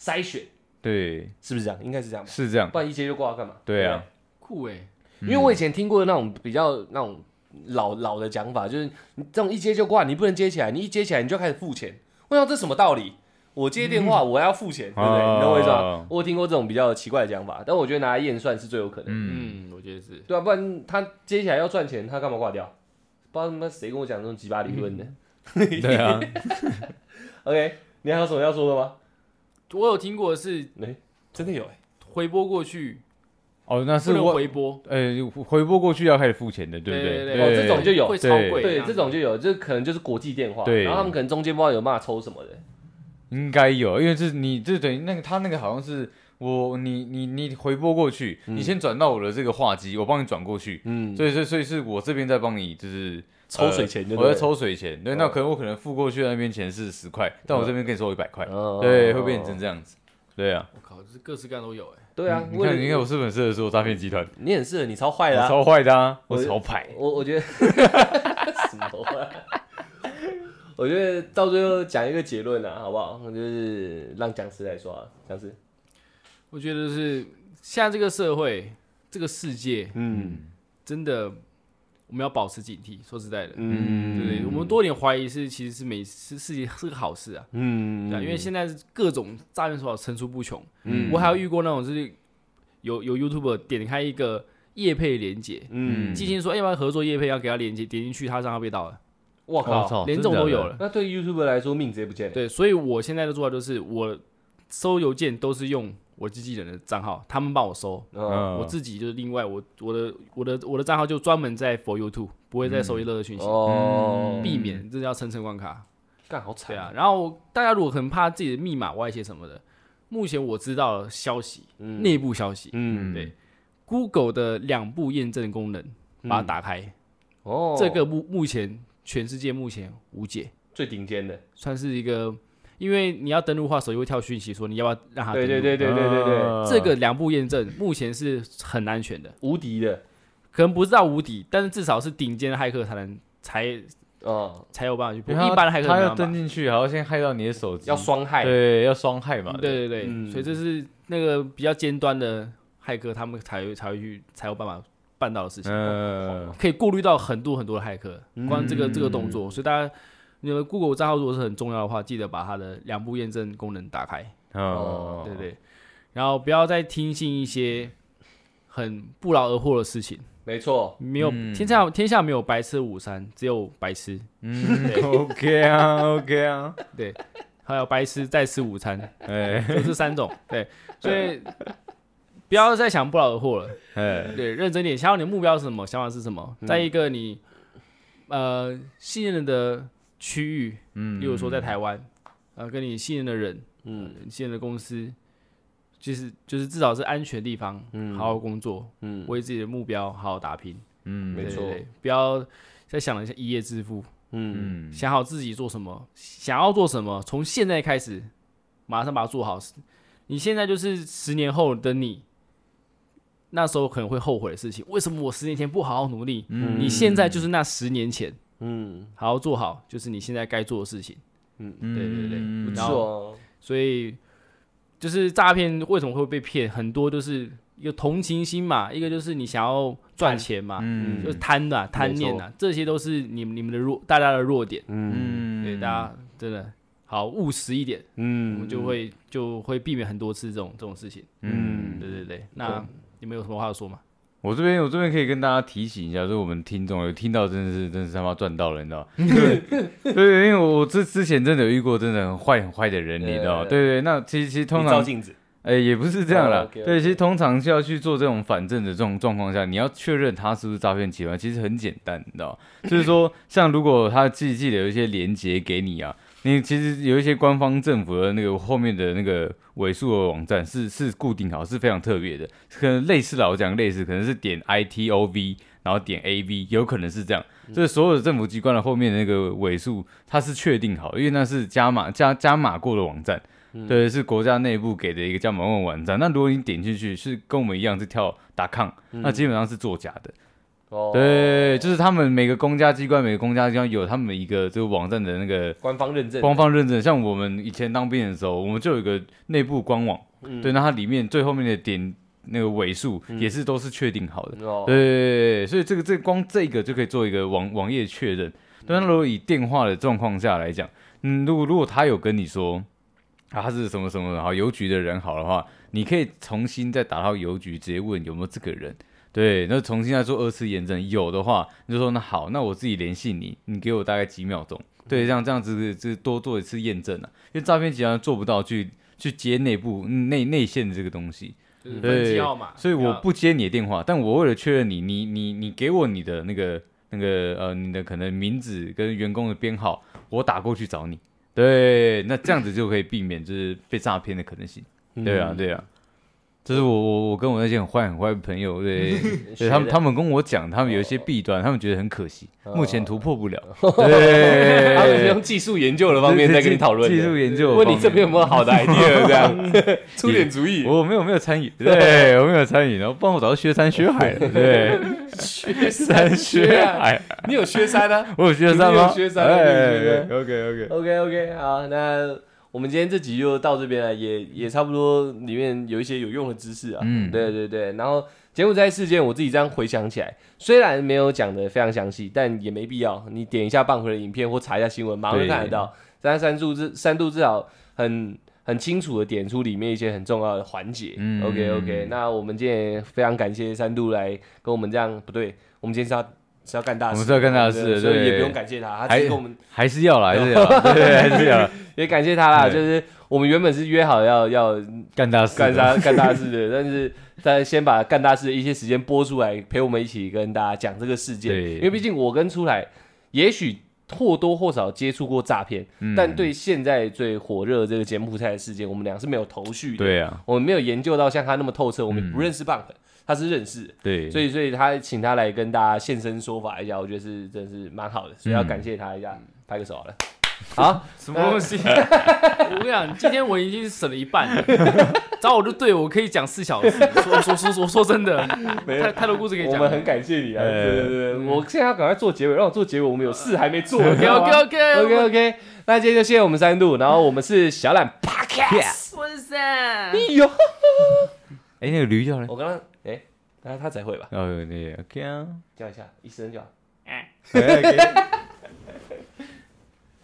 筛选
对，
是不是这样？应该是这样吧，
是这样，
不然一接就挂干嘛？
对啊，
酷哎，
因为我以
嗯
前听过那种比较那种老老的讲法，就是你这种一接就挂，你不能接起来，你一接起来你就开始付钱。我想这什么道理？我接电
嗯
话我要付钱，对不对？你懂我意思
哦
吗？我有听过这种比较奇怪的讲法，但我觉得拿来验算是最有可能的。
嗯，
嗯，我觉得是。
对啊，不然他接起来要赚钱，他干嘛挂掉？不知道他妈谁跟我讲这种鸡巴理论的。
嗯
嗯
对啊，
OK，你还有什么要说的吗？
我有听过的是
哎、真的有
欸
哎、
回拨过去，
哦，那
不
是
能
我。
回拨，
呃，回拨过去要开始付钱的，对不
对
对？
对
哦这种就有
会超
对
贵，
对，这种就有，这可能就是国际电话，
对
然后他们可能中间不知道有骂抽什么的。
应该有，因为这你这等于那个他那个好像是我你你你回拨过去，你先转到我的这个话机，我帮你转过去，
嗯，
所以所以所以是我这边在帮你就是
抽水钱就对
呃
了
我在抽水钱，对，那可能我可能付过去那边钱是十块，但我这边跟你收一百块，
嗯哦
对，会变成这样子，对啊，嗯
我靠，这各式各样都有哎。
对啊，
你
为了
看，你看我是不是很适合做诈骗集团？
你很适合，你超坏
我
的啊、
超坏的啊，
我
我超派。
我我觉 得什么啊？我觉得到最后讲一个结论啊，好不好？就是让僵尸来说啊，僵尸，
我觉得是现在这个社会，这个世界
嗯
真的我们要保持警惕。说实在的，
嗯
对不对？我们多点怀疑是其实是每是是是个好事啊，
嗯
对啊，因为现在各种诈骗手法层出不穷。
嗯
我还有遇过那种就是有有 YouTube 点开一个业配连接，
嗯，
寄信说哎要不要合作业配，要给他连接，点进去他让他被盗了，
我
我
靠，
操
连这种都
真
有
的假的
了。
那对 YouTube 来说命直接不见了。
对，所以我现在的做法就是我收邮件都是用我经纪人的账号，他们帮我收。
嗯
我自己就是另外我我的我的我的账号就专门在 for YouTube，不会再收一乐的讯息，
嗯哦，
避免这叫层层关卡。
干好
对
惨
啊，！然后大家如果很怕自己的密码外泄什么的，目前我知道的消息，
嗯
内部消息
嗯，
对 Google 的两步验证功能把它打开，
嗯哦，
这个目目前全世界目前无解，
最顶尖的，
算是一个，因为你要登录的话，手机会跳讯息说你要不要让它登
对
录，
对对对对对对，
啊
这个两步验证目前是很安全的，
无敌的
可能不是到无敌，但是至少是顶尖的骇客才能才
哦，
才有办法去破，
因为他
一般的骇客
啊他
没
要
办
登
法。
进去，还要先害到你的手机，
要双害，
对，要双害嘛。
对对对，
嗯
所以这是那个比较尖端的骇客，他们才会才会去才有办法办到的事情。
嗯，
可以顾虑到很多很多的骇客，光这个、这个动作，所以大家你们 Google 账号如果是很重要的话，记得把它的两步验证功能打开，
哦
哦，
对不对？然后不要再听信一些很不劳而获的事情，
没错，
没有、
嗯
天下天下没有白吃的午餐，只有白吃，
嗯，OK 啊，OK 啊，
对， 还有白吃再吃午餐，
哎
就这三种，对，所以不要再想不劳而获了。
哎，
对，认真点，想好你的目标是什么，想法是什么，
嗯
在一个你呃信任的区域，
嗯
例如说在台湾，呃，跟你信任的人，呃
嗯
你信任的公司，就是就是至少是安全地方，
嗯
好好工作，
嗯，
为自己的目标好好打拼，
嗯
没
对
错
对对不要再想了一下一夜致富，
嗯
嗯，
想好自己做什么，想要做什么，从现在开始，马上把它做好。你现在就是十年后的你，那时候可能会后悔的事情。为什么我十年前不好好努力？
嗯
你现在就是那十年前，
嗯，
好好做好，就是你现在该做的事情。
对
嗯对对对
嗯
不
然后
错哦，
所以，就是诈骗为什么会被骗，很多就是一个同情心嘛，一个就是你想要赚钱嘛，
嗯
就是贪的、啊、贪念啊，这些都是你们你们的弱大家的弱点。
嗯
嗯
对，大家真的好务实一点，我
嗯
们就会就会避免很多次这种这种事情。
嗯
对对对，那你们有什么话要说吗？
我这边我这边可以跟大家提醒一下，就是我们听众有听到，真的是真是他妈赚到了，你知道吗？ 对，对，因为我我之之前真的有遇过真的很坏很坏的人，你知道吗？
对
对对，那其实其实通
你照
常
镜子，
哎、也不是这样啦。
哦，OK，OK
对，其实通常是要去做这种反证的这种状况下，你要确认他是不是诈骗集团，其实很简单，你 知道吗？就是说，像如果他寄寄的有一些连接给你啊，你其实有一些官方政府的那个后面的那个尾数的网站是是固定好，是非常特别的，可能类似啦，我讲类似，可能是点 i t o v。然后点 A V，有可能是这样，
嗯
就是所有的政府机关的后面的那个尾数，它是确定好，因为那是加码加加码过的网站，
嗯
对，是国家内部给的一个叫某某网站。那如果你点进去是跟我们一样是跳打抗，
啊
那基本上是作假的。
嗯哦，
对，就是他们每个公家机关，每个公家机关有他们一个这个网站的那个
官方认证，
官方认证。像我们以前当兵的时候，我们就有一个内部官网，
嗯
对，那它里面最后面的点那个尾数也是都是确定好的。
哦，
对，所以这个这个光这个就可以做一个网网页确认。但如果以电话的状况下来讲，嗯，如果如果他有跟你说啊他是什么什么，好邮局的人好的话，你可以重新再打到邮局，直接问有没有这个人。对，那重新再做二次验证，有的话你就说那好，那我自己联系你，你给我大概几秒钟。对，这样这样子这多做一次验证啊，因为诈骗集团做不到去去接内部嗯内内线这个东西。
就是
对
分机号码，
所以我
要
不接你的电话，但我为了确认你，你你你给我你的那个那个呃你的可能名字跟员工的编号，我打过去找你。
嗯
对，那这样子就可以避免就是被诈骗的可能性。对啊，对啊，这是我我我跟我那些很坏很坏的朋友， 对，
嗯
对他们他们跟我讲，他们有一些弊端，他们觉得很 可惜，目前突破不了。对，
哦他们是用技术研究的方面在跟你讨论的，嗯
技术研究的
问你
方
这边有
面
没有好的 idea，这样 出点主意。
我没有没有参与，对我没有参与，然后帮我找到薛山薛海了，对，
薛
山薛海，
啊你有薛山啊
我有薛山吗？
你有薛山啊对对对
，OK OK，
？OK OK，好，那我们今天这集就到这边了，也也差不多，里面有一些有用的知识啊。
嗯
对对对。然后柬埔寨事件，我自己这样回想起来，虽然没有讲的非常详细，但也没必要。你点一下棒回的影片或查一下新闻，马上就
对
看得到。三三度至三度至少很。很清楚的点出里面一些很重要的环节。
嗯
OK OK，那我们今天也非常感谢三度来跟我们这样，不对，我们今天是要是要干大事，
我们是要干大事的
所以
对
也不用感谢他，他
还
只是跟我们
还是要啦，还是要啦，对对，还是要啦，
也感谢他啦，
对
就是我们原本是约好要要
干大事，
干大干大事的，但 是他先把干大事的一些时间播出来，陪我们一起跟大家讲这个事件，
对
因为毕竟我跟出来，也许。或多或少接触过诈骗，
嗯
但对现在最火热的这个柬埔寨的事件，我们俩是没有头绪的。
对啊，
我们没有研究到像他那么透彻，我们
嗯
不认识棒粉，他是认识的，
对，
所以所以他请他来跟大家现身说法一下，我觉得是真是蛮好的，所以
嗯
要感谢他一下，拍个手好了。好，
什么东西？ 我跟你讲，今天我已经省了一半了。找我就对，我可以讲四小时。说说说说说真的，太太多故事可以
我
讲
们
了。
很感谢你啊！
呃
对对对，我现在要赶快做结尾，让我做结尾，我们有事还没 做。
OK OK OK
OK OK，那今天就谢谢我们三度，然后我们是小懒 Podcast。
我是三
哎呦，
哎，那个驴叫嘞，
我刚刚哎，他他才会吧？
哦，对，OK 啊，
叫一下，一声就好。
哎，OK